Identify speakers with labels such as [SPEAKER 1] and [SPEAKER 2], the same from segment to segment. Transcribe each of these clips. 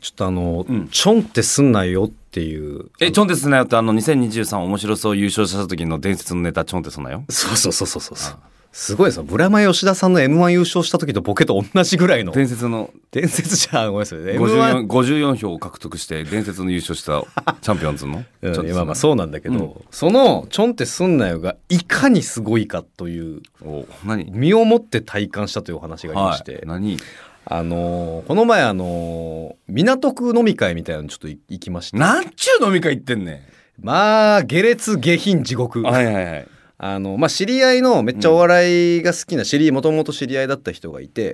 [SPEAKER 1] ちょっとあの、
[SPEAKER 2] うん
[SPEAKER 1] ちょんってすんなよっていう。
[SPEAKER 2] え、ちょんですなよってあの2023面白そう優勝した時の伝説のネタちょんですなよ。
[SPEAKER 1] そうそうそうそうそうそう。すごいですよ。ブラマヨ吉田さんの M1 優勝した時とボケと同じぐらいの。
[SPEAKER 2] 伝説の
[SPEAKER 1] 伝説じゃん、ごめんなさい。M1
[SPEAKER 2] 54, 54票を獲得して伝説の優勝したチャンピオンズ のちょん
[SPEAKER 1] うん、
[SPEAKER 2] ですなよ
[SPEAKER 1] まあまあそうなんだけど、その「ちょんってすんなよ」がいかにすごいかという
[SPEAKER 2] お何
[SPEAKER 1] 身をもって体感したというお話がありまして、
[SPEAKER 2] はい、何
[SPEAKER 1] あのーこの前あのー港区飲み会みたいなのにちょっと行きまして
[SPEAKER 2] なんちゅう飲み会行ってんね
[SPEAKER 1] まあ下劣下品地獄
[SPEAKER 2] んはいはいはい
[SPEAKER 1] あの、まあ、知り合いのめっちゃお笑いが好きな知りもともと知り合いだった人がいて、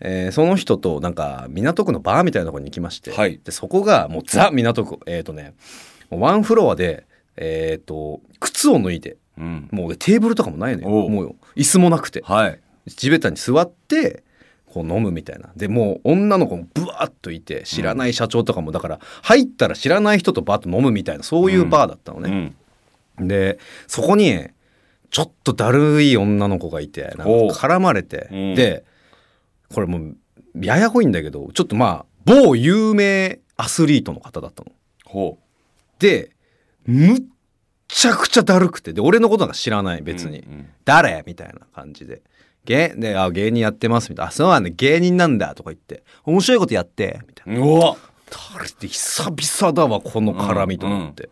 [SPEAKER 1] えーその人となんか港区のバーみたいなところに行きまして、
[SPEAKER 2] はい
[SPEAKER 1] でそこがもうザ港区えっ、とねもうワンフロアで、えっと靴を脱いで
[SPEAKER 2] うん
[SPEAKER 1] もうテーブルとかもないのよ
[SPEAKER 2] おう
[SPEAKER 1] もう椅子もなくて
[SPEAKER 2] はい
[SPEAKER 1] 地べたに座ってこう飲むみたいなでもう女の子もブワーッといて知らない社長とかもだから入ったら知らない人とバーッと飲むみたいなそういうバーだったのね。
[SPEAKER 2] うん
[SPEAKER 1] でそこにちょっとだるい女の子がいてなんか
[SPEAKER 2] おう
[SPEAKER 1] 絡まれて、
[SPEAKER 2] うん
[SPEAKER 1] でこれもうややこいんだけどちょっとまあ某有名アスリートの方だったの。
[SPEAKER 2] ほ
[SPEAKER 1] でむっちゃくちゃだるくてで俺のことなんか知らないう別に、
[SPEAKER 2] うんうん
[SPEAKER 1] 誰みたいな感じで。芸であ芸人やってますみたいな「あそうなんだ芸人なんだ」とか言って「面白いことやって」みたいな。
[SPEAKER 2] うわ
[SPEAKER 1] 誰って久々だわこの絡みと思って、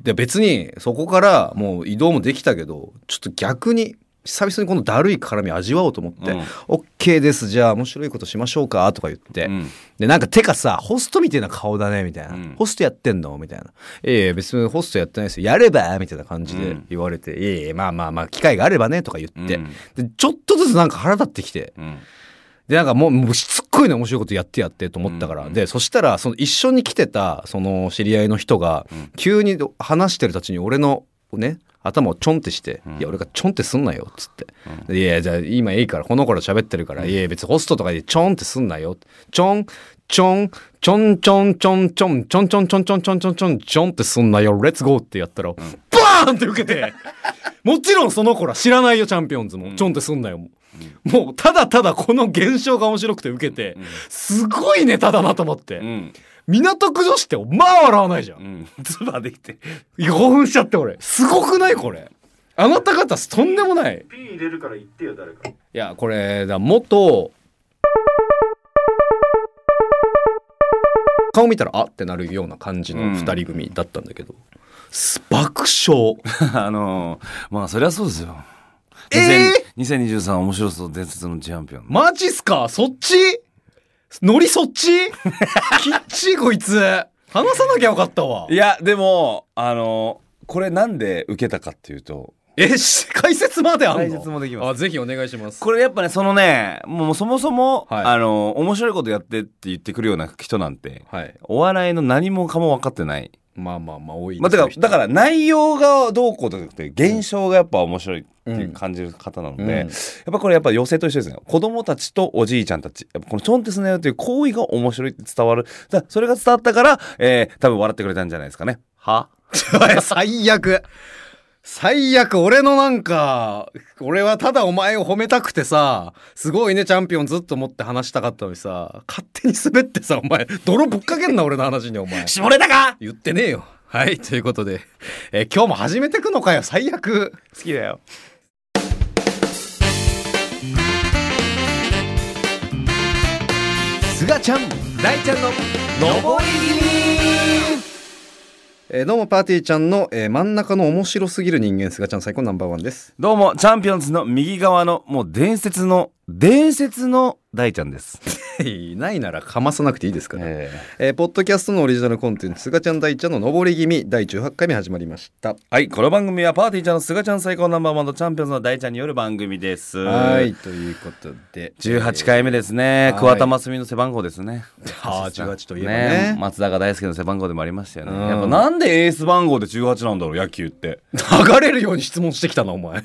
[SPEAKER 1] で別にそこからもう移動もできたけどちょっと逆に久々にこのだるい絡み味わおうと思って
[SPEAKER 2] うん
[SPEAKER 1] 「オッ OK ですじゃあ面白いことしましょうか」とか言って、
[SPEAKER 2] うん
[SPEAKER 1] でなんかてかさホストみたいな顔だねみたいな、
[SPEAKER 2] うん
[SPEAKER 1] ホストやってんのみたいな「ええ別にホストやってないですよやれば」みたいな感じで言われて「いえいえまあまあまあ機会があればね」とか言って、でちょっとずつなんか腹立ってきて、
[SPEAKER 2] うん
[SPEAKER 1] でなんかもうもうしつっこいの面白いことやってやってと思ったから、
[SPEAKER 2] うん
[SPEAKER 1] でそしたらその一緒に来てたその知り合いの人が
[SPEAKER 2] うん
[SPEAKER 1] 急に話してるたちに俺のね頭をちょんってして「
[SPEAKER 2] うん
[SPEAKER 1] いや俺がちょんってすんなよ」っつって「でいやいやじゃあ今いいからこの頃喋ってるから、いや別にホストとかでちょんってすんなよ」ちょんちょんちょんちょんちょんちょんちょんちょんちょんちょんちょんちょんちょんちょんってすんなよレッツゴーってやったら、バーンって受けてもちろんその頃は知らないよチャンピオンズも、ちょんってすんなよももうただただこの現象が面白くて受けて、すごいネタだなと思って、
[SPEAKER 2] うん
[SPEAKER 1] 港区女子ってまあ笑わないじゃん、
[SPEAKER 2] うん ズバできて
[SPEAKER 1] いや興奮しちゃって俺すごくないこれあなた方とんでもない
[SPEAKER 3] ピー入れるから言ってよ誰か
[SPEAKER 1] いやこれだ元顔見たらあってなるような感じの二人組だったんだけど、す爆笑
[SPEAKER 2] あのーまあそりゃそうですよ
[SPEAKER 1] え
[SPEAKER 2] 2000 2023面白そう伝説のチャンピオン
[SPEAKER 1] マジっすかそっちノリそっ ちきっちいこいつ話さなきゃよかったわ
[SPEAKER 2] いやでもあのーこれなんで受けたかっていうと
[SPEAKER 1] えし解説まであんの
[SPEAKER 2] 解説もできます
[SPEAKER 1] あぜひお願いします
[SPEAKER 2] これやっぱねそのねもうそもそも、
[SPEAKER 1] はい
[SPEAKER 2] あの面白いことやってって言ってくるような人なんて
[SPEAKER 1] はい
[SPEAKER 2] お笑いの何もかも分かってない、
[SPEAKER 1] まあまあまあ多い
[SPEAKER 2] まあ、てか
[SPEAKER 1] そういう人
[SPEAKER 2] だから内容がどうこうとかって現象がやっぱ面白いっていう
[SPEAKER 1] うん
[SPEAKER 2] 感じる方なので、
[SPEAKER 1] うん
[SPEAKER 2] やっぱこれやっぱ寄せと一緒ですね子供たちとおじいちゃんたちやっぱこの「ちょんってすねよ」という行為が面白いって伝わるだそれが伝わったから、えー多分笑ってくれたんじゃないですかね。は
[SPEAKER 1] 最悪最悪俺のなんか俺はただお前を褒めたくてさすごいねチャンピオンずっと思って話したかったのにさ勝手に滑ってさお前泥ぶっかけんな俺の話にお前
[SPEAKER 2] 下ネタか
[SPEAKER 1] 言ってねえよはいということで、えー今日も始めてくのかよ最悪
[SPEAKER 2] 好きだよ。
[SPEAKER 1] すがちゃん大ちゃんの
[SPEAKER 2] 登り気味
[SPEAKER 1] えーどうもパーティーちゃんの、えー真ん中の面白すぎる人間すがちゃん最高ナンバーワンです
[SPEAKER 2] どうも、チャンピオンズの右側の、もう伝説の、伝説の大ちゃんです。
[SPEAKER 1] いないならかまさなくていいですから、え
[SPEAKER 2] え
[SPEAKER 1] ーポッドキャストのオリジナルコンテンツ「すがちゃん大ちゃんの上り気味」第18回目始まりました
[SPEAKER 2] はい、この番組はパーティーちゃんのすがちゃん最高ナンバーワンとチャンピオンズの大ちゃんによる番組です。
[SPEAKER 1] はい。ということで
[SPEAKER 2] 18回目ですね。
[SPEAKER 1] はい
[SPEAKER 2] 桑田真澄の背番号ですね。
[SPEAKER 1] あー18といえばね
[SPEAKER 2] 松坂大輔の背番号でもありましたよね。
[SPEAKER 1] うん
[SPEAKER 2] やっぱなんでエース番号で18なんだろう、野球って。
[SPEAKER 1] 流れるように質問してきたなお 前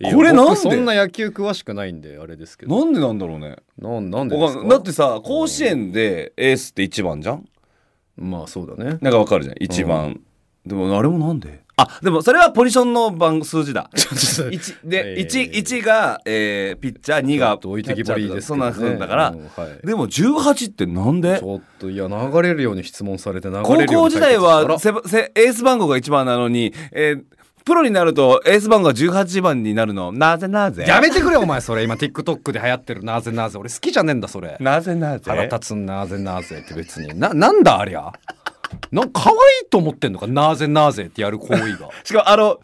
[SPEAKER 2] いやこれなんで
[SPEAKER 1] 僕そんな野球詳しくないんであれですけど
[SPEAKER 2] なんでなんだろうね。
[SPEAKER 1] なんなんでで
[SPEAKER 2] わ
[SPEAKER 1] す
[SPEAKER 2] か
[SPEAKER 1] か
[SPEAKER 2] んだってさ、甲子園でエースって1番じゃん
[SPEAKER 1] まあそうだね
[SPEAKER 2] なんかわかるじゃん、1番。でもあれもなんであでもそれはポジションの番数字だ
[SPEAKER 1] ちょっと
[SPEAKER 2] 一で
[SPEAKER 1] えー
[SPEAKER 2] 一一が、えーピッチャー二が
[SPEAKER 1] 置いてきぼりです
[SPEAKER 2] そ
[SPEAKER 1] け
[SPEAKER 2] ん
[SPEAKER 1] ど
[SPEAKER 2] な
[SPEAKER 1] ね
[SPEAKER 2] ふうだから、
[SPEAKER 1] うんはい
[SPEAKER 2] でも18ってなんで
[SPEAKER 1] ちょっといや流れるように質問されて流れるよう
[SPEAKER 2] 高
[SPEAKER 1] に
[SPEAKER 2] 校時代
[SPEAKER 1] あら
[SPEAKER 2] はセブセエース番号が1番なのに、えープロになるとエース番号が18番になるのなぜなぜ
[SPEAKER 1] やめてくれお前それ今 TikTok で流行ってるなぜなぜ俺好きじゃねえんだそれ
[SPEAKER 2] なぜなぜ
[SPEAKER 1] 腹立つなぜなぜって別にななんだありゃなんか可愛いと思ってんのかなぜなぜってやる行為が
[SPEAKER 2] しかもあの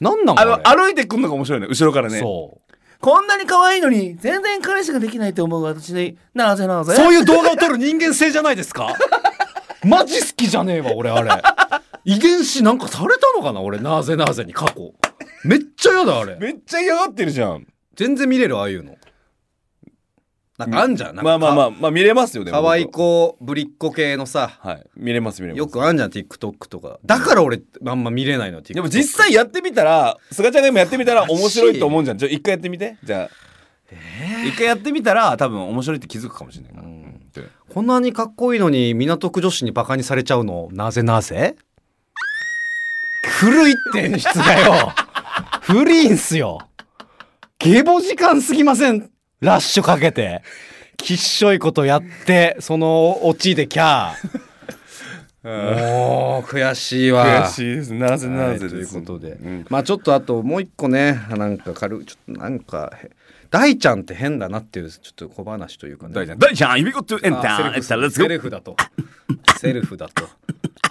[SPEAKER 1] なんなん
[SPEAKER 2] あ
[SPEAKER 1] これ
[SPEAKER 2] の歩いてくんのが面白いね後ろからね
[SPEAKER 1] そう
[SPEAKER 2] こんなに可愛いのに全然彼氏ができないと思う私になぜなぜ
[SPEAKER 1] そういう動画を撮る人間性じゃないですか マジ好きじゃねえわ俺あれ遺伝子なんかされたのかな俺なぜなぜに過去めっちゃ嫌だあれ
[SPEAKER 2] めっちゃ嫌がってるじゃん
[SPEAKER 1] 全然見れるああいうのなんかあんじゃんなん
[SPEAKER 2] ま
[SPEAKER 1] か
[SPEAKER 2] あまあまあまあ見れますよでも
[SPEAKER 1] 可愛い子ぶりっ子系のさ
[SPEAKER 2] はい見れます見れます
[SPEAKER 1] よくあんじゃん TikTok とかだから俺あんま見れないの TikTok
[SPEAKER 2] でも実際やってみたら菅ちゃんが今やってみたら面白いと思うんじゃんちょ一回やってみてじゃあ一回やってみたら多分面白いって気づくかもしれないから、うんって
[SPEAKER 1] こんなにかっこいいのに港区女子にバカにされちゃうのなぜなぜ古いって演出が よ古いんすよ下ボ時間すぎませんラッシュかけてきっしょいことやってそのオチでキャ ーもう悔しいわ
[SPEAKER 2] 悔しいですなぜな
[SPEAKER 1] はい
[SPEAKER 2] ぜ
[SPEAKER 1] とい
[SPEAKER 2] で
[SPEAKER 1] う
[SPEAKER 2] す、
[SPEAKER 1] ことで、
[SPEAKER 2] ん
[SPEAKER 1] まあちょっとあともう一個ねなんか軽いちょっとなんかへ大ちゃんって変だなっていうちょっと小話というかね
[SPEAKER 2] 大ちゃん大ちゃん You got to enter
[SPEAKER 1] あセ
[SPEAKER 2] It's a
[SPEAKER 1] ルフセ
[SPEAKER 2] let's go
[SPEAKER 1] ルフだ とセルフだと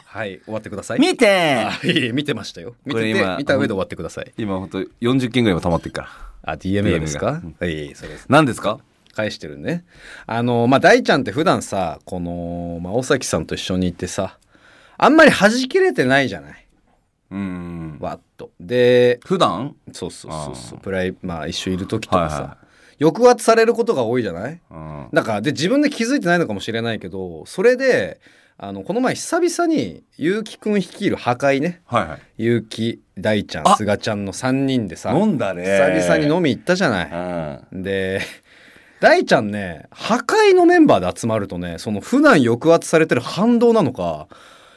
[SPEAKER 1] はい終わってください
[SPEAKER 2] 見て
[SPEAKER 1] あいえ見てましたよ見
[SPEAKER 2] こ
[SPEAKER 1] て
[SPEAKER 2] れ
[SPEAKER 1] て
[SPEAKER 2] 今
[SPEAKER 1] 見た上で終わってください
[SPEAKER 2] 今ほんと40件ぐらいは溜まってるから
[SPEAKER 1] あ DM がですか
[SPEAKER 2] DM
[SPEAKER 1] はいえいえそれです
[SPEAKER 2] 何ですか
[SPEAKER 1] 返してるねあのまあ大ちゃんって普段さこの、まあ、尾崎さんと一緒にいてさあんまり弾きれてないじゃない
[SPEAKER 2] うん
[SPEAKER 1] わっとで
[SPEAKER 2] 普段
[SPEAKER 1] そうそうそうそうプライまあ一緒いる時と
[SPEAKER 2] は
[SPEAKER 1] か
[SPEAKER 2] い
[SPEAKER 1] さ、
[SPEAKER 2] は
[SPEAKER 1] 抑圧されることが多いじゃない
[SPEAKER 2] うん
[SPEAKER 1] だからで自分で気づいてないのかもしれないけどそれであのこの前久々に結城くん率いる破壊ね
[SPEAKER 2] はいはい
[SPEAKER 1] 結城大ちゃ
[SPEAKER 2] あ
[SPEAKER 1] ん菅ちゃんの3人でさ
[SPEAKER 2] 飲
[SPEAKER 1] 久
[SPEAKER 2] んだね
[SPEAKER 1] 々に飲み行ったじゃない。
[SPEAKER 2] うん
[SPEAKER 1] で大ちゃんね破壊のメンバーで集まるとねその普段抑圧されてる反動なのか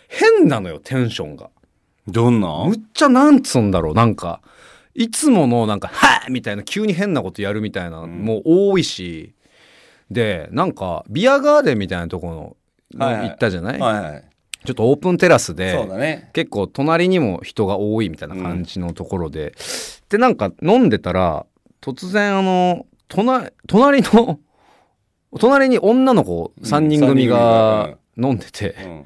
[SPEAKER 1] 変なのよテンションが。
[SPEAKER 2] どんな
[SPEAKER 1] むっちゃなんつうんだろうなんかいつものなんか「はっ!」みたいな急に変なことやるみたいなのも多いし、でなんかビアガーデンみたいなところの、
[SPEAKER 2] はいはい
[SPEAKER 1] 行ったじゃない、
[SPEAKER 2] はいはい
[SPEAKER 1] ちょっとオープンテラス
[SPEAKER 2] そう
[SPEAKER 1] で
[SPEAKER 2] だね
[SPEAKER 1] 結構隣にも人が多いみたいな感じのところで、でなんか飲んでたら突然あの隣隣の隣に女の子3人組
[SPEAKER 2] うん三人組
[SPEAKER 1] が
[SPEAKER 2] が
[SPEAKER 1] 飲んでて。
[SPEAKER 2] うん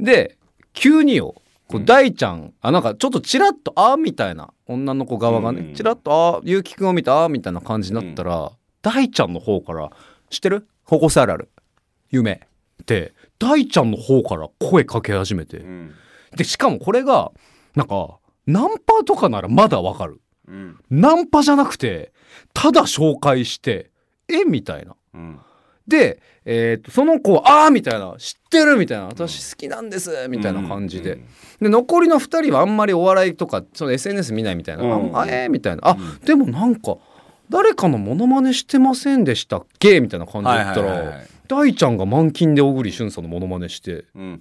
[SPEAKER 1] で急によこ
[SPEAKER 2] う
[SPEAKER 1] うん大ちゃん、あなんかちょっとチラッと「あ」みたいな女の子側がね、
[SPEAKER 2] うんうん
[SPEAKER 1] チラッと「あ」結城くんを見た「あ」みたいな感じになったら、大ちゃんの方から「知ってる高校生あるある夢」って大ちゃんの方から声かけ始めて、
[SPEAKER 2] うん
[SPEAKER 1] でしかもこれがなんかナンパとかならまだわかる
[SPEAKER 2] うん
[SPEAKER 1] ナンパじゃなくてただ紹介して「えみたいな。
[SPEAKER 2] うん
[SPEAKER 1] で、えーとその子は「あ」みたいな「知ってる」みたいな「私好きなんです」みたいな感じで、
[SPEAKER 2] うん
[SPEAKER 1] で残りの2人はあんまりお笑いとかその SNS 見ないみたいな「
[SPEAKER 2] うん
[SPEAKER 1] ああえーみたいな「あ、でもなんか誰かのモノマネしてませんでしたっけ?」みたいな感じで言ったら、
[SPEAKER 2] はいはいはいはい
[SPEAKER 1] 大ちゃんが満勤で小栗旬さんのモノマネして
[SPEAKER 2] うん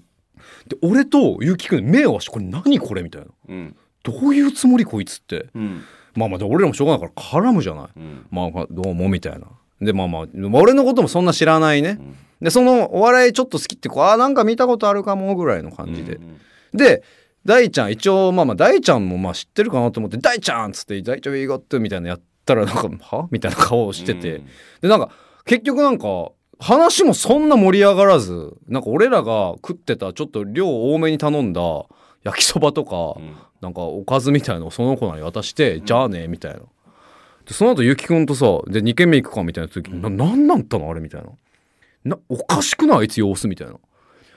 [SPEAKER 1] で俺と結城くん目を合わせて「これ何これ?」みたいな「
[SPEAKER 2] うん
[SPEAKER 1] どういうつもりこいつ」って
[SPEAKER 2] うん
[SPEAKER 1] まあまあで俺らもしょうがないから絡むじゃない。
[SPEAKER 2] うん
[SPEAKER 1] まあどうもみたいな。でまあまあ俺のこともそんな知らないね。
[SPEAKER 2] ん
[SPEAKER 1] でそのお笑いちょっと好きって子あーなんか見たことあるかもぐらいの感じで。
[SPEAKER 2] うん
[SPEAKER 1] で大ちゃん一応まあまあ大ちゃんもまあ知ってるかなと思って「大ちゃん!」っつって「大ちゃんいいがって」みたいなやったらなんか「はみたいな顔をしてて、
[SPEAKER 2] うん
[SPEAKER 1] でなんか結局なんか話もそんな盛り上がらずなんか俺らが食ってたちょっと量多めに頼んだ焼きそばとか、
[SPEAKER 2] うん
[SPEAKER 1] なんかおかずみたいのをその子らに渡して「じゃあね」みたいな。でその後ゆきくんとさ「で2軒目行くか」みたいな時に「ななんなんだったのあれ」みたいな「なおかしくないあいつ様子」みたいな。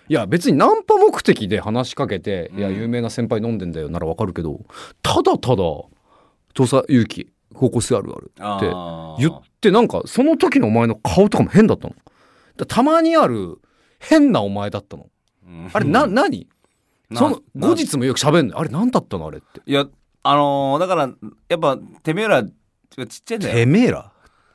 [SPEAKER 1] いや別にナンパ目的で話しかけて「いや有名な先輩飲んでんだよ」ならわかるけどただただ「土佐ゆき高校生あるある」って
[SPEAKER 2] あー
[SPEAKER 1] 言ってなんかその時のお前の顔とかも変だったのだたまにある変なお前だったの
[SPEAKER 2] うん
[SPEAKER 1] あれな何
[SPEAKER 2] な
[SPEAKER 1] その
[SPEAKER 2] な
[SPEAKER 1] 後日もよく喋んのあれ何だったのあれって
[SPEAKER 2] いやあのーだからやっぱてめえらちっちゃいんだよ
[SPEAKER 1] めえら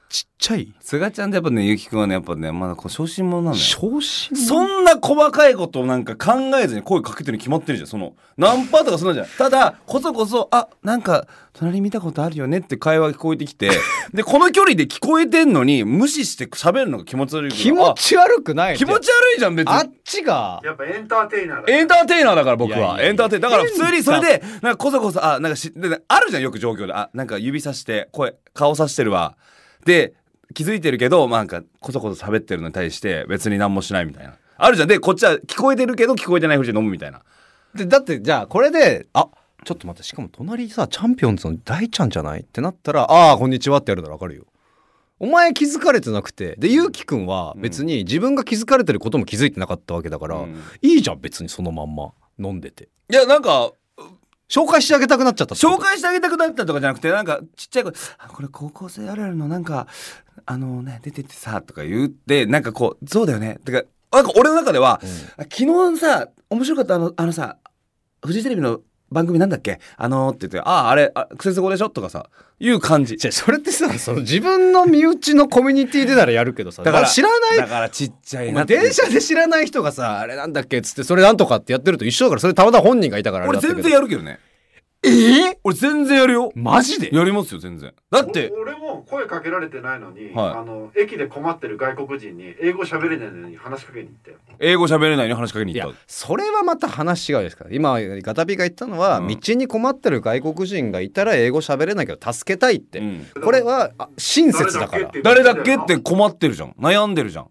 [SPEAKER 1] ちっちゃい
[SPEAKER 2] すがちゃんってやっぱね、ゆきくんはね、やっぱね、まだこう、小心者なのよ。
[SPEAKER 1] 昇進
[SPEAKER 2] そんな細かいことをなんか考えずに声かけてるに決まってるじゃん。その、ナンパとかそんなんじゃん。ただ、こそこそ、あ、なんか、隣見たことあるよねって会話が聞こえてきて、で、この距離で聞こえてんのに、無視して喋るのが気持ち悪いから
[SPEAKER 1] 気持ち悪くな
[SPEAKER 2] あ
[SPEAKER 1] い
[SPEAKER 2] 気持ち悪いじゃん、別に。
[SPEAKER 1] あっちが
[SPEAKER 3] やっぱエンターテイナーだから
[SPEAKER 2] エンターテイナーだから僕
[SPEAKER 1] いやいや
[SPEAKER 2] はい
[SPEAKER 1] や
[SPEAKER 2] エンターテイナーだから普通にそれでなんかこそこそあなんかしでであるじゃんよく状況であなんか指さして声顔さしてるわで気づいてるけどまあなんかこそこそ喋ってるのに対して別に何もしないみたいなあるじゃんでこっちは聞こえてるけど聞こえてないふりで飲むみたいな
[SPEAKER 1] でだってじゃあこれであちょっと待ってしかも隣さチャンピオンズの大ちゃんじゃないってなったら「ああこんにちは」ってやるならわかるよ。お前気づかれてなくてでゆうきくんは別に自分が気づかれてることも気づいてなかったわけだから、
[SPEAKER 2] うん
[SPEAKER 1] いいじゃん別にそのまんま飲んでて
[SPEAKER 2] いやなんか
[SPEAKER 1] 紹介してあげたくなっちゃったってこと
[SPEAKER 2] 紹介してあげたくなったとかじゃなくてなんかちっちゃい子あこれ高校生あるあるのなんかあのね出てってさ」とか言ってなんかこう「そうだよね」とかなんか俺の中では、あ昨日さ面白かったあのあのさフジテレビの番組なんだっけあのーって言って「あああれあクセスゴでしょ」とかさいう感じ
[SPEAKER 1] じゃあそれってさその自分の身内のコミュニティでならやるけどさだから知らな
[SPEAKER 2] だ
[SPEAKER 1] い
[SPEAKER 2] からちっちゃ
[SPEAKER 1] お
[SPEAKER 2] いな
[SPEAKER 1] 前
[SPEAKER 2] って
[SPEAKER 1] 電車で知らない人がさあれなんだっけっつってそれなんとかってやってると一緒だからそれたまたま本人がいたからあれ
[SPEAKER 2] 俺
[SPEAKER 1] だったけ
[SPEAKER 2] 全
[SPEAKER 1] ど
[SPEAKER 2] 然やるけどね
[SPEAKER 1] え
[SPEAKER 2] 俺全然やるよ
[SPEAKER 1] ーマジで
[SPEAKER 2] やりますよ全然だって
[SPEAKER 3] お俺も声かけられてないのに、
[SPEAKER 2] はい
[SPEAKER 3] あの駅で困ってる外国人に英語喋れないのに話しかけに行って
[SPEAKER 2] 英語喋れないのに話しかけに
[SPEAKER 1] い
[SPEAKER 2] 行
[SPEAKER 1] や
[SPEAKER 2] った
[SPEAKER 1] それはまた話違うですから今ガタピが言ったのは、
[SPEAKER 2] うん
[SPEAKER 1] 道に困ってる外国人がいたら英語喋れないけど助けたいって、
[SPEAKER 2] うん
[SPEAKER 1] これはあ親切だから
[SPEAKER 2] 誰だっけって困ってるじゃん悩んでるじゃん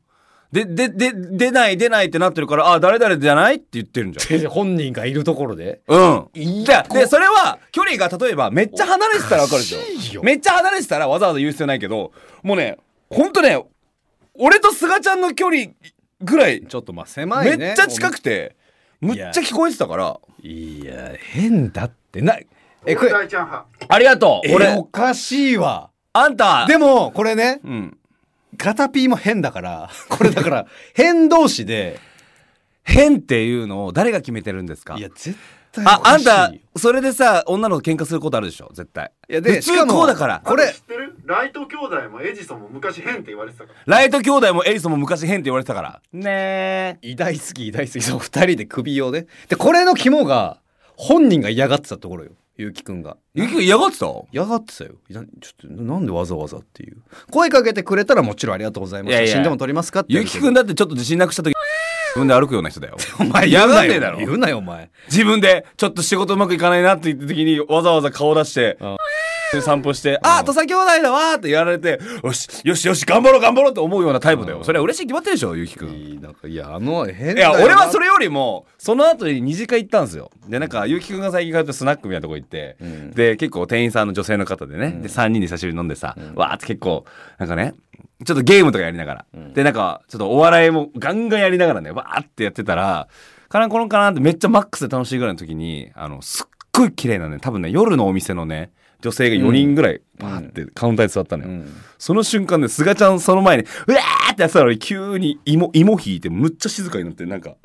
[SPEAKER 2] ででで出ない出ないってなってるからあ誰々じゃないって言ってるんじゃん
[SPEAKER 1] で本人がいるところで
[SPEAKER 2] うん
[SPEAKER 1] い
[SPEAKER 2] だでそれは距離が例えばめっちゃ離れてたら分かるで
[SPEAKER 1] おかしい
[SPEAKER 2] しょ
[SPEAKER 1] よ
[SPEAKER 2] めっちゃ離れてたらわざわざ言う必要ないけどもうねほんとね俺と菅ちゃんの距離ぐらい
[SPEAKER 1] ちょっとまあ狭いね
[SPEAKER 2] めっちゃ近くてむっ
[SPEAKER 1] い
[SPEAKER 2] ち
[SPEAKER 1] や
[SPEAKER 2] ゃ聞こえてたから
[SPEAKER 1] いや変だってなえこ
[SPEAKER 3] こ
[SPEAKER 1] れ
[SPEAKER 3] れ大ちゃん派
[SPEAKER 2] ありがとう
[SPEAKER 1] これお
[SPEAKER 2] 俺
[SPEAKER 1] かしいわ
[SPEAKER 2] あんた
[SPEAKER 1] でもこれね
[SPEAKER 2] うん
[SPEAKER 1] ガタピーも変だから これだ から変同士で
[SPEAKER 2] 変っていうのを誰が決めてるんですか
[SPEAKER 1] いや絶対
[SPEAKER 2] あ
[SPEAKER 1] おか
[SPEAKER 2] あ
[SPEAKER 1] し
[SPEAKER 2] ん
[SPEAKER 1] いよ
[SPEAKER 2] たそれでさ女の子喧嘩することあるでしょ絶対
[SPEAKER 1] いやで
[SPEAKER 2] 普
[SPEAKER 1] し
[SPEAKER 2] 通
[SPEAKER 1] かも
[SPEAKER 2] こうだから
[SPEAKER 1] これ
[SPEAKER 3] あと知ってるライト兄弟もエジソンも昔変って言われてたから
[SPEAKER 2] ライト兄弟もエイソンも昔変って言われてたからね
[SPEAKER 1] 偉大好き偉大好きそう二人で首をねでこれの肝が本人が嫌がってたところよゆうきくんが
[SPEAKER 2] えゆきくん嫌がってた
[SPEAKER 1] 嫌がってたよなちょっとなんでわざわざっていう声かけてくれたらもちろんありがとうございます
[SPEAKER 2] いやいや
[SPEAKER 1] 写真でも撮りますかって
[SPEAKER 2] ゆきくんだってちょっと自信なくした時自分で歩くような人だよ
[SPEAKER 1] お前
[SPEAKER 2] 嫌
[SPEAKER 1] 嫌
[SPEAKER 2] が
[SPEAKER 1] が
[SPEAKER 2] ん
[SPEAKER 1] ん
[SPEAKER 2] ね
[SPEAKER 1] ね
[SPEAKER 2] え
[SPEAKER 1] え
[SPEAKER 2] だ
[SPEAKER 1] だ
[SPEAKER 2] ろ
[SPEAKER 1] ろ言うなよお前
[SPEAKER 2] 自分でちょっと仕事うまくいかないなって言った時にわざわざ顔出して
[SPEAKER 1] あ
[SPEAKER 2] 散歩して「あ土佐兄弟だわ」ってやられて「よしよしよし頑張ろう頑張ろう」って思うようなタイプだよ
[SPEAKER 1] あ
[SPEAKER 2] それは嬉しいに決まってるでしょゆきくん。
[SPEAKER 1] いいなんかいやあの変
[SPEAKER 2] い
[SPEAKER 1] だよ
[SPEAKER 2] や
[SPEAKER 1] な
[SPEAKER 2] 俺はそれよりもその後に二次会行ったんですよでなんか結城くんが最近通ってスナックみたいなとこ行って、
[SPEAKER 1] ん
[SPEAKER 2] で結構店員さんの女性の方でね、で3人で久しぶりに飲んでさ、わーって結構なんかねちょっとゲームとかやりながら、でなんかちょっとお笑いもガンガンやりながらねわーってやってたらカランコロンカランってめっちゃマックスで楽しいぐらいの時にあのすっごい綺麗なね多分ね夜のお店のね女性が4人ぐらいバーってカウンターに座ったのよ、
[SPEAKER 1] うん
[SPEAKER 2] その瞬間で、すがちゃんその前に、うわーってやってたのに、急に芋、芋引いて、むっちゃ静かになって、なんか、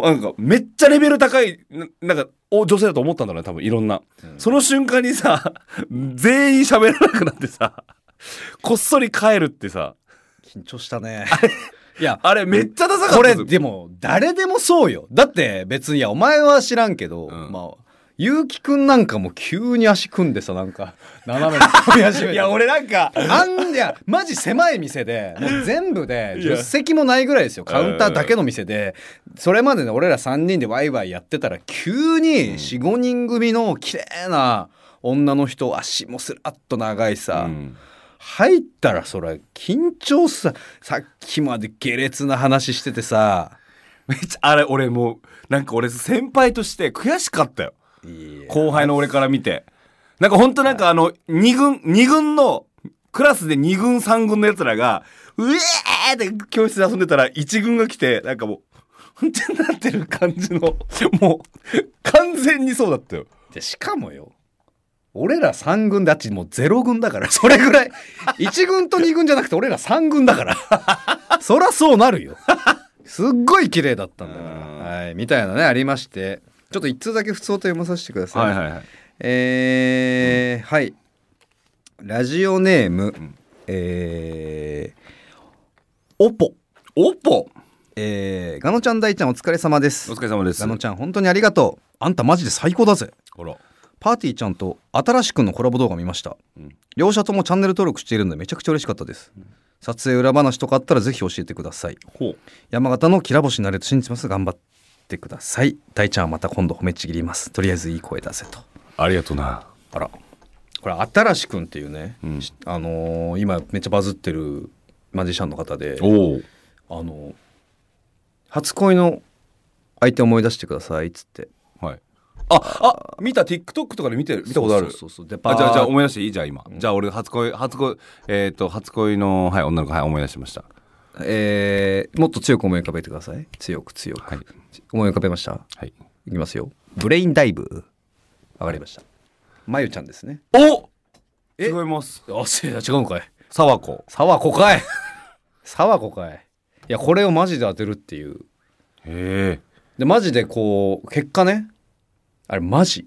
[SPEAKER 2] なんか、めっちゃレベル高い、ななんか、お女性だと思ったんだろうね、多分、いろんな。その瞬間にさ、全員喋らなくなってさ、こっそり帰るってさ、
[SPEAKER 1] 緊張した ねいや
[SPEAKER 2] あれめっちゃダサか
[SPEAKER 1] こ
[SPEAKER 2] った
[SPEAKER 1] れ
[SPEAKER 2] です
[SPEAKER 1] でも誰でもそうよだって別にいやお前は知らんけど、
[SPEAKER 2] うん
[SPEAKER 1] まあゆうきくんなんかも急に足組んでさなんか 斜めに飛び始めて
[SPEAKER 2] いや、俺なんか、
[SPEAKER 1] あんいやマジ狭い店でもう全部で
[SPEAKER 2] いや
[SPEAKER 1] 10席もないぐらいですよカウンターだけの店でそれまでね俺ら3人でワイワイやってたら急に45人組の綺麗な女の人足もスラッと長いさ、
[SPEAKER 2] うん
[SPEAKER 1] 入ったらそら緊張ささっきまで下劣な話しててさ
[SPEAKER 2] めっちゃ、あれ、俺もう、なんか俺、先輩として悔しかったよ。後輩の俺から見てなんかほんとなんかあの2軍二軍のクラスで2軍3軍のやつらがうえーって教室で遊んでたら1軍が来てなんかもうってなってる感じのもう完全にそうだったよ
[SPEAKER 1] でしかもよ俺ら3軍だっちもう0軍だから それぐらい1軍と2軍じゃなくて俺ら3軍だから そらそうなるよすっごい綺麗だったんだから
[SPEAKER 2] うん
[SPEAKER 1] はいみたいなねありましてちょっと1通だけ普通と読まさせてください、
[SPEAKER 2] はいはい
[SPEAKER 1] えーはいラジオネーム、ええーオポ、
[SPEAKER 2] おっぽ
[SPEAKER 1] えー、ガノちゃん大ちゃんお疲れ様です
[SPEAKER 2] お疲れ様です
[SPEAKER 1] ガノちゃん本当にありがとうあんたマジで最高だぜ
[SPEAKER 2] ほら
[SPEAKER 1] パーティーちゃんと新しくのコラボ動画見ました、
[SPEAKER 2] うん
[SPEAKER 1] 両者ともチャンネル登録しているのでめちゃくちゃ嬉しかったです、撮影裏話とかあったらぜひ教えてください
[SPEAKER 2] ほう
[SPEAKER 1] 山形のきら星になれると信じます頑張ってください大ちゃんはまた今度褒めちぎりますとりあえずいい声出せと
[SPEAKER 2] ありがとうな
[SPEAKER 1] あらこれ新しくんっていうね、
[SPEAKER 2] ん
[SPEAKER 1] しあのー今めっちゃバズってるマジシャンの方で
[SPEAKER 2] おお
[SPEAKER 1] あのー初恋の相手思い出してくださいっつって
[SPEAKER 2] はいああ見た TikTok とかで見てる見たことあ
[SPEAKER 1] そ
[SPEAKER 2] る
[SPEAKER 1] うそうそうで
[SPEAKER 2] あじゃあじゃ
[SPEAKER 1] バ
[SPEAKER 2] あ
[SPEAKER 1] ー
[SPEAKER 2] 思い出していいじゃあ今、じゃあ俺初恋初恋えっ、と初恋のはい女の子はい思い出しました
[SPEAKER 1] えーもっと強く思い浮かべてください強く強く、
[SPEAKER 2] はい
[SPEAKER 1] 思い浮かべました
[SPEAKER 2] はい
[SPEAKER 1] いきますよブレインダイブわかりましたまゆちゃんですね
[SPEAKER 2] お
[SPEAKER 1] え
[SPEAKER 2] 違います
[SPEAKER 1] あ違うのかい
[SPEAKER 2] 沢子
[SPEAKER 1] 沢子かい 沢子かいいやこれをマジで当てるっていう
[SPEAKER 2] へ
[SPEAKER 1] でマジでこう結果ねあれマジ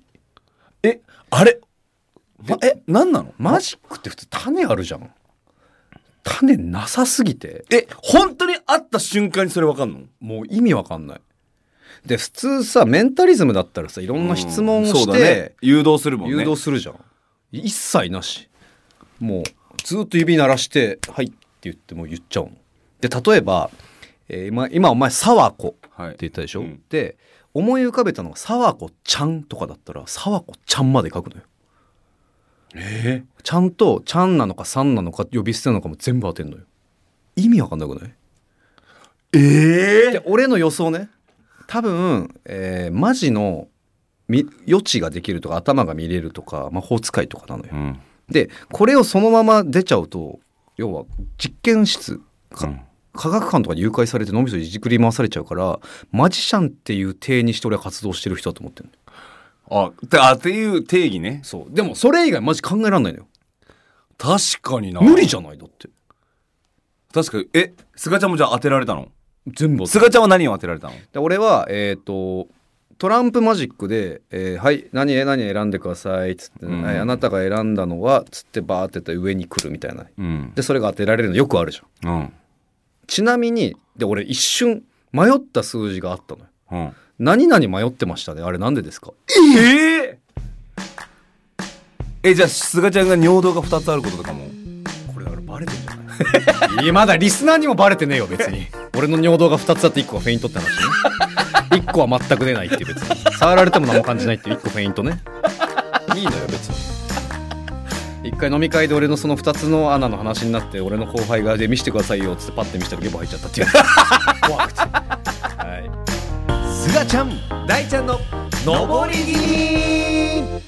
[SPEAKER 2] ええあれ、ま、え何なの
[SPEAKER 1] マジックって普通種あるじゃん種なさすぎて
[SPEAKER 2] え本当に会った瞬間にそれわかんの
[SPEAKER 1] もう意味わかんないで普通さメンタリズムだったらさいろんな質問を
[SPEAKER 2] うん
[SPEAKER 1] し
[SPEAKER 2] そうだね
[SPEAKER 1] て、
[SPEAKER 2] 誘導するもんね
[SPEAKER 1] 誘導するじゃん、一切なしもうずっと指鳴らして「はい」って言ってもう言っちゃうので例えば、えー今今お前「沢子」って
[SPEAKER 2] はい
[SPEAKER 1] 言ったでしょ、
[SPEAKER 2] うん
[SPEAKER 1] で思い浮かべたのが「沢子ちゃん」とかだったら「沢子ちゃん」まで書くのよ
[SPEAKER 2] え
[SPEAKER 1] ちゃんと「ちゃん」なのか「さん」なのか呼び捨てなのかも全部当てんのよ意味わかんなくない
[SPEAKER 2] ー、え
[SPEAKER 1] で俺の予想ね多分、えーマジのみ予知ができるとか頭が見れるとか魔法使いとかなのよ
[SPEAKER 2] うん
[SPEAKER 1] でこれをそのまま出ちゃうと要は実験室か
[SPEAKER 2] うん
[SPEAKER 1] 科学館とかに誘拐されて脳みそいじくり回されちゃうからマジシャンっていう体にして俺は活動してる人だと思ってる
[SPEAKER 2] あってあっていう定義ね
[SPEAKER 1] そうでもそれ以外マジ考えらんないのよ
[SPEAKER 2] 確かにな
[SPEAKER 1] 無理じゃないだって
[SPEAKER 2] 確かにえすがちゃんもじゃあ当てられたの
[SPEAKER 1] 全部
[SPEAKER 2] すがちゃんは何を当てられたの
[SPEAKER 1] で俺はえっ、とトランプマジックで「えーはい何何選んでください」っつって、
[SPEAKER 2] うん
[SPEAKER 1] はいあなたが選んだのは」つってバーってやって上に来るみたいな
[SPEAKER 2] うん
[SPEAKER 1] でそれが当てられるのよくあるじゃん
[SPEAKER 2] うん
[SPEAKER 1] ちなみにで俺一瞬迷った数字があったのよ
[SPEAKER 2] うん
[SPEAKER 1] 何々迷ってましたねあれなんでですか
[SPEAKER 2] ええじゃあすがちゃんが尿道が2つあることとかも
[SPEAKER 1] これだからバレてんじゃないいやまだリスナーにもバレてねえよ別に俺の尿道が2つあって1個はフェイントって話ね1個は全く出ないっていう別に触られても何も感じないっていう1個フェイントねいいのよ別に一回飲み会で俺のその2つの穴の話になって俺の後輩が「で見してくださいよ」っつってパッて見したらゲボ入っちゃったっていう怖くてはい
[SPEAKER 2] すがちゃん大ちゃんの上り気味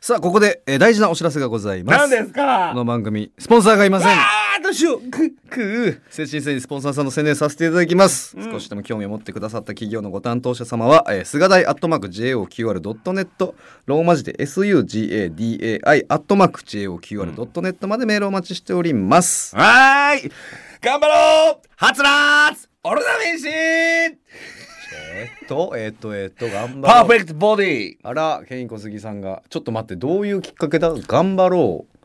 [SPEAKER 1] さあここで、えー大事なお知らせがございます
[SPEAKER 2] 何です
[SPEAKER 1] こ
[SPEAKER 2] か
[SPEAKER 1] の番組スポンサーがいません
[SPEAKER 2] あーどうしようく
[SPEAKER 1] くう精神誠にスポンサーさんの宣伝させていただきます、
[SPEAKER 2] うん
[SPEAKER 1] 少しでも興味を持ってくださった企業のご担当者様は、えー、菅大アットマーク JOQR.net ローマ字で SUGADAI アットマーク JOQR.net までメールをお待ちしております、
[SPEAKER 2] はーい頑張ろうはつらーつ俺の飯
[SPEAKER 1] えーっとえーっとえーっと頑張ろう
[SPEAKER 2] パーフェクトボディ
[SPEAKER 1] あらケイン小杉さんがちょっと待ってどういうきっかけだ頑張ろう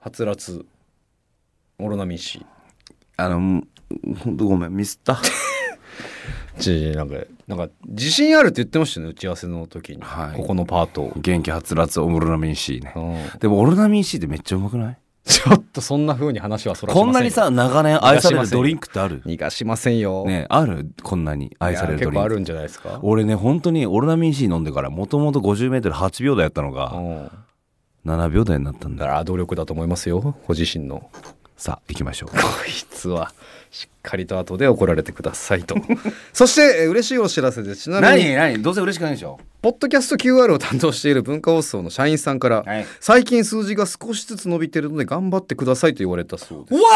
[SPEAKER 1] はつらつオロナミンシ
[SPEAKER 2] あの本当ごめんミス った
[SPEAKER 1] ちなんかなんか自信あるって言ってましたよね打ち合わせの時に、
[SPEAKER 2] はい
[SPEAKER 1] ここのパートを、
[SPEAKER 2] 元気はつらつオムロナミン C ね
[SPEAKER 1] うん
[SPEAKER 2] でもオロナミン C ってめっちゃうまくない
[SPEAKER 1] ちょっとそんな風に話はそらしませんよ
[SPEAKER 2] こんなにさ長年愛されるドリンクってある
[SPEAKER 1] 逃がしませんよ。
[SPEAKER 2] ねあるこんなに
[SPEAKER 1] いや
[SPEAKER 2] 愛される
[SPEAKER 1] 結
[SPEAKER 2] ドリン
[SPEAKER 1] 構あ
[SPEAKER 2] ク
[SPEAKER 1] るんじゃないですか。
[SPEAKER 2] 俺ね本当にオロナミン C 飲んでからもともと 50m8 秒台やったの
[SPEAKER 1] う
[SPEAKER 2] が
[SPEAKER 1] ん、だ
[SPEAKER 2] 7秒台になったん
[SPEAKER 1] か
[SPEAKER 2] だ
[SPEAKER 1] ら努力だと思いますよ。ご自身の。
[SPEAKER 2] さあ行きましょう
[SPEAKER 1] こいつはしっかりと後で怒られてくださいと。 そしてえー嬉しいお知らせです。ちなみに
[SPEAKER 2] 何どうせ嬉しくないでしょ
[SPEAKER 1] ポッドキャスト QR を担当している文化放送の社員さんから、
[SPEAKER 2] い
[SPEAKER 1] 最近数字が少しずつ伸びてるので頑張ってくださいと言われたそうです。
[SPEAKER 2] うわ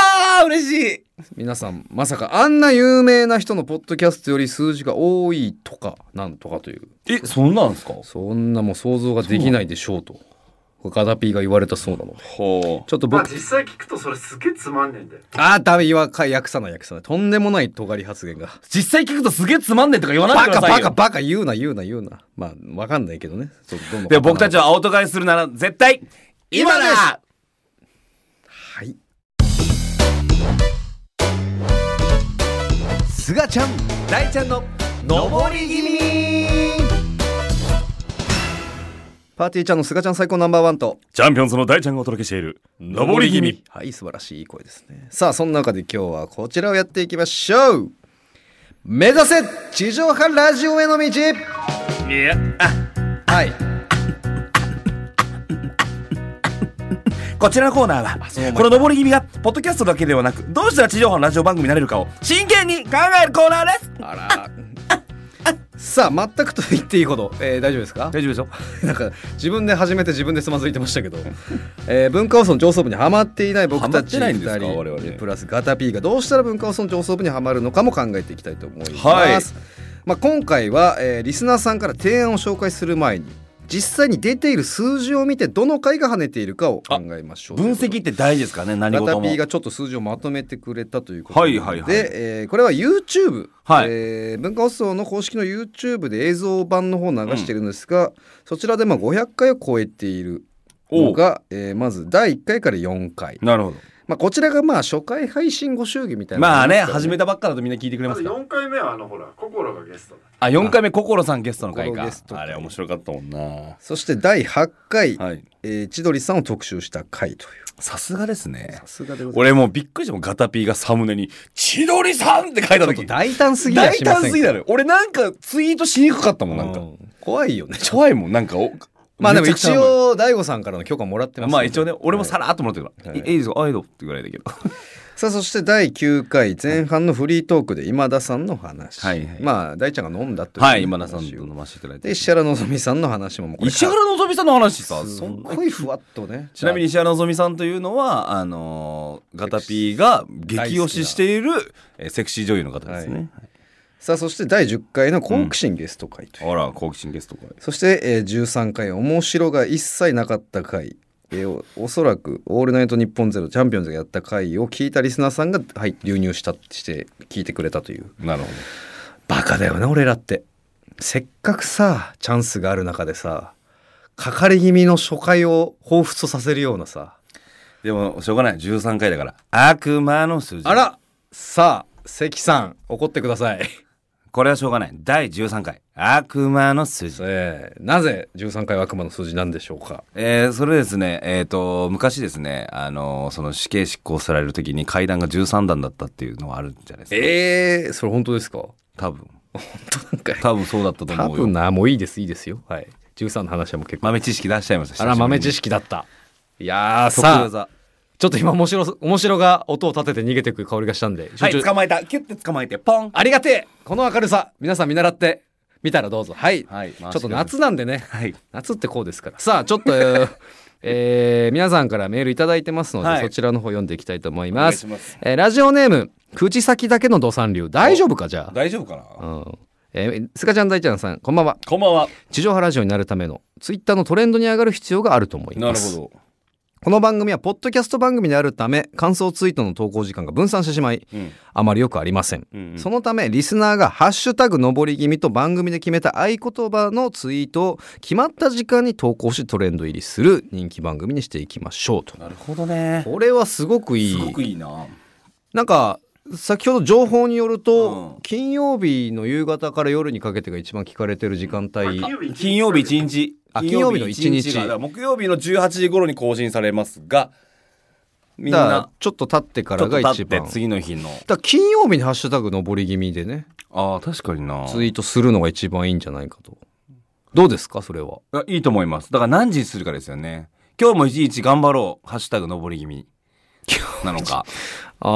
[SPEAKER 2] ー嬉しい
[SPEAKER 1] 皆さんまさかあんな有名な人のポッドキャストより数字が多いとかなんとかという
[SPEAKER 2] えそんなんですか
[SPEAKER 1] そんなもう想像ができないでしょうとガダピーが言われたそうなので
[SPEAKER 2] ほ
[SPEAKER 1] ちょっと
[SPEAKER 3] まあ
[SPEAKER 1] 僕
[SPEAKER 3] 実際聞くとそれすげえつまんねえんだよ。
[SPEAKER 1] ああ、ダメ、言わか、訳さない、訳さない。とんでもない尖り発言が。
[SPEAKER 2] 実際聞くとすげえつまんねえとか言わない
[SPEAKER 1] バ
[SPEAKER 2] でく
[SPEAKER 1] カ、
[SPEAKER 2] ださ
[SPEAKER 1] バ
[SPEAKER 2] いよ
[SPEAKER 1] カ、バカ、言うな、言うな、言うな。まあ、わかんないけどね。ちょっとどんどん
[SPEAKER 2] でも僕たちは青ト買いするなら絶対今だ
[SPEAKER 1] すがちゃん大ちゃんの上り気味パーティーちゃんのすがちゃん最高ナンバーワンと
[SPEAKER 2] チャンピオンズの大ちゃんがお届けしている上り気味
[SPEAKER 1] はい素晴らしい声ですねさあそんな中で今日はこちらをやっていきましょう目指せ地上波ラジオへの道
[SPEAKER 2] いや
[SPEAKER 1] はい
[SPEAKER 2] こちらのコーナーはこの上り気味がポッドキャストだけではなくどうしたら地上波のラジオ番組になれるかを真剣に考えるコーナーです
[SPEAKER 1] あらさあ全くと言っていいほど、えー大丈夫ですか
[SPEAKER 2] 大丈夫でしょ
[SPEAKER 1] なんか自分で始めて自分でつまずいてましたけど、えー文化汚染上層部にはまっていない僕たち
[SPEAKER 2] ハマってないん
[SPEAKER 1] 2
[SPEAKER 2] ですか我々
[SPEAKER 1] 人プラスガタピーがどうしたら文化汚染上層部にはまるのかも考えていきたいと思います、
[SPEAKER 2] はい
[SPEAKER 1] まあ、今回は、えーリスナーさんから提案を紹介する前に実際に出ている数字を見てどの回が跳ねているかを考えましょう
[SPEAKER 2] 分析って大事ですからね何
[SPEAKER 1] ガ
[SPEAKER 2] 事
[SPEAKER 1] タ
[SPEAKER 2] も
[SPEAKER 1] ピーがちょっと数字をまとめてくれたということなので、
[SPEAKER 2] はいはいはい
[SPEAKER 1] えーこれは YouTube、
[SPEAKER 2] はい
[SPEAKER 1] えー文化放送の公式の YouTube で映像版の方を流してるんですが、そちらでまあ500回を超えているのが、えーまず第1回から4回、
[SPEAKER 2] なるほど
[SPEAKER 1] まあ、こちらがまあ初回配信ご祝儀みたいな
[SPEAKER 2] まあね
[SPEAKER 1] 感
[SPEAKER 2] 始
[SPEAKER 1] じです
[SPEAKER 2] めたばっかだとみんな聞いてくれ
[SPEAKER 3] ま
[SPEAKER 2] ま
[SPEAKER 3] ず
[SPEAKER 2] すから
[SPEAKER 3] 4回目はあのほら心がゲストだ
[SPEAKER 2] あ4回目心さんゲストの回
[SPEAKER 1] 心
[SPEAKER 2] か
[SPEAKER 1] ゲスト
[SPEAKER 2] あれ面白かったもんな
[SPEAKER 1] そして第8回、
[SPEAKER 2] はい
[SPEAKER 1] えー千鳥さんを特集した回という
[SPEAKER 2] さすがですね
[SPEAKER 1] さすがでございます
[SPEAKER 2] 俺もうびっくりしてもうガタピーがサムネに「千鳥さん!」って書いた
[SPEAKER 1] ちょっ
[SPEAKER 2] 時
[SPEAKER 1] と大胆すぎや
[SPEAKER 2] 大
[SPEAKER 1] しませんか
[SPEAKER 2] 胆すぎだよ俺なんかツイートしにくかったもんなん
[SPEAKER 1] う
[SPEAKER 2] か
[SPEAKER 1] ん怖いよね
[SPEAKER 2] 怖いもんなんかお
[SPEAKER 1] まあでも
[SPEAKER 2] めちゃく
[SPEAKER 1] 一
[SPEAKER 2] ちゃ
[SPEAKER 1] 応大悟さんからの許可もらってます
[SPEAKER 2] まあ一応
[SPEAKER 1] ね
[SPEAKER 2] ね俺もさらっともらってるから「
[SPEAKER 1] はい
[SPEAKER 2] い、いいですよあいど」ってぐらいだけど
[SPEAKER 1] さあそして第9回前半のフリートークで今田さんの話、
[SPEAKER 2] はいはい
[SPEAKER 1] まあ大ちゃんが飲んだという
[SPEAKER 2] はい今田さん
[SPEAKER 1] 話
[SPEAKER 2] と
[SPEAKER 1] を
[SPEAKER 2] 飲ませていただい
[SPEAKER 1] で
[SPEAKER 2] て
[SPEAKER 1] 石原のぞみさんの話ももうこれ
[SPEAKER 2] 石原のぞみさんの話さ
[SPEAKER 1] す
[SPEAKER 2] そ
[SPEAKER 1] っ
[SPEAKER 2] んな
[SPEAKER 1] ごいふわっとね
[SPEAKER 2] ちなみに石原のぞみさんというのはあのーガタピーが激推ししているえーセクシー女優の方ですね、
[SPEAKER 1] さあそして第10回の好奇心ゲスト会という、
[SPEAKER 2] あら好奇心ゲストか
[SPEAKER 1] そして、えー、13回面白が一切なかった回えーおおそらく「オールナイトニッポンゼロチャンピオンズがやった回を聞いたリスナーさんが、はい、流入したして聞いてくれたという
[SPEAKER 2] なるほど
[SPEAKER 1] バカだよね俺らってせっかくさチャンスがある中でさかかり気味の初回を彷彿とさせるようなさ
[SPEAKER 2] でもしょうがない13回だから悪魔の数字
[SPEAKER 1] あらさあ関さん怒ってください、
[SPEAKER 2] これはしょうがない第13回悪魔の数字
[SPEAKER 1] えーなぜ13回悪魔の数字なんでしょうか
[SPEAKER 2] えーそれですね、えっ、と、昔ですね、あのーその死刑執行されるときに階段が13段だったっていうのはあるんじゃないですか。
[SPEAKER 1] えー、それ本当ですか本
[SPEAKER 2] 多分。
[SPEAKER 1] 当なんか
[SPEAKER 2] 多分そうだったと
[SPEAKER 1] 多
[SPEAKER 2] 思うよ
[SPEAKER 1] 分。なもういいですいいですよはい13の話はもう結構
[SPEAKER 2] 豆知識出しちゃいました。
[SPEAKER 1] あら豆知
[SPEAKER 2] 識。
[SPEAKER 1] 識だったいやー
[SPEAKER 2] さ
[SPEAKER 1] さあちょっと今面白そ面白が音を立てて逃げてく香りがしたんで
[SPEAKER 2] は
[SPEAKER 1] 集
[SPEAKER 2] い、
[SPEAKER 1] 中
[SPEAKER 2] 捕まえた。キュッて捕まえて、ポン。
[SPEAKER 1] ありがてえこの明るさ皆さん見習って見たらどうぞはい、
[SPEAKER 2] はい
[SPEAKER 1] ちょっと夏なんでね
[SPEAKER 2] はい。
[SPEAKER 1] 夏ってこうですからさあちょっと、えー えー皆さんからメールいただいてますので、
[SPEAKER 2] はい
[SPEAKER 1] そちらの方読んでいきたいと思います
[SPEAKER 2] お願いします
[SPEAKER 1] えーラジオネーム口先だけの土産流大丈夫かじゃ
[SPEAKER 2] 大丈夫かな、
[SPEAKER 1] あうんえースカちゃん大ちゃんさんこんばんは
[SPEAKER 2] こんばんは。
[SPEAKER 1] 地上波ラジオになるためのツイッターのトレンドに上がる必要があると思い
[SPEAKER 2] な
[SPEAKER 1] ま
[SPEAKER 2] る
[SPEAKER 1] す
[SPEAKER 2] ほど。
[SPEAKER 1] この番組はポッドキャスト番組であるため感想ツイートの投稿時間が分散してしまい
[SPEAKER 2] うん。
[SPEAKER 1] あまりよくありません、
[SPEAKER 2] うんうん
[SPEAKER 1] そのためリスナーが「ハッシュタグ上り気味」と番組で決めた合言葉のツイートを決まった時間に投稿しトレンド入りする人気番組にしていきましょうと
[SPEAKER 2] なるほどね。
[SPEAKER 1] これはすごくいい
[SPEAKER 2] すごくいいな。
[SPEAKER 1] なんか先ほど情報によると、
[SPEAKER 2] うん
[SPEAKER 1] 金曜日の夕方から夜にかけてが一番聞かれてる時間帯
[SPEAKER 3] 金曜日一日
[SPEAKER 2] 金曜日一日。
[SPEAKER 1] あ金曜日の一日
[SPEAKER 2] がだから木曜日の18時頃に更新されますが、みん
[SPEAKER 1] だから
[SPEAKER 2] な、
[SPEAKER 1] ちょっと経ってからが一
[SPEAKER 2] ちょっと経
[SPEAKER 1] 番
[SPEAKER 2] って次の日の。
[SPEAKER 1] だから金曜日に「ハッシュタグ上り気味」でね
[SPEAKER 2] ああ、確かにな。
[SPEAKER 1] ツイートするのが一番いいんじゃないかとどうですかそれは
[SPEAKER 2] あいいと思います。だから何時にするかですよね。今日も一日頑張ろう。ハッシュタグ上り気味。なのか。
[SPEAKER 1] ああ、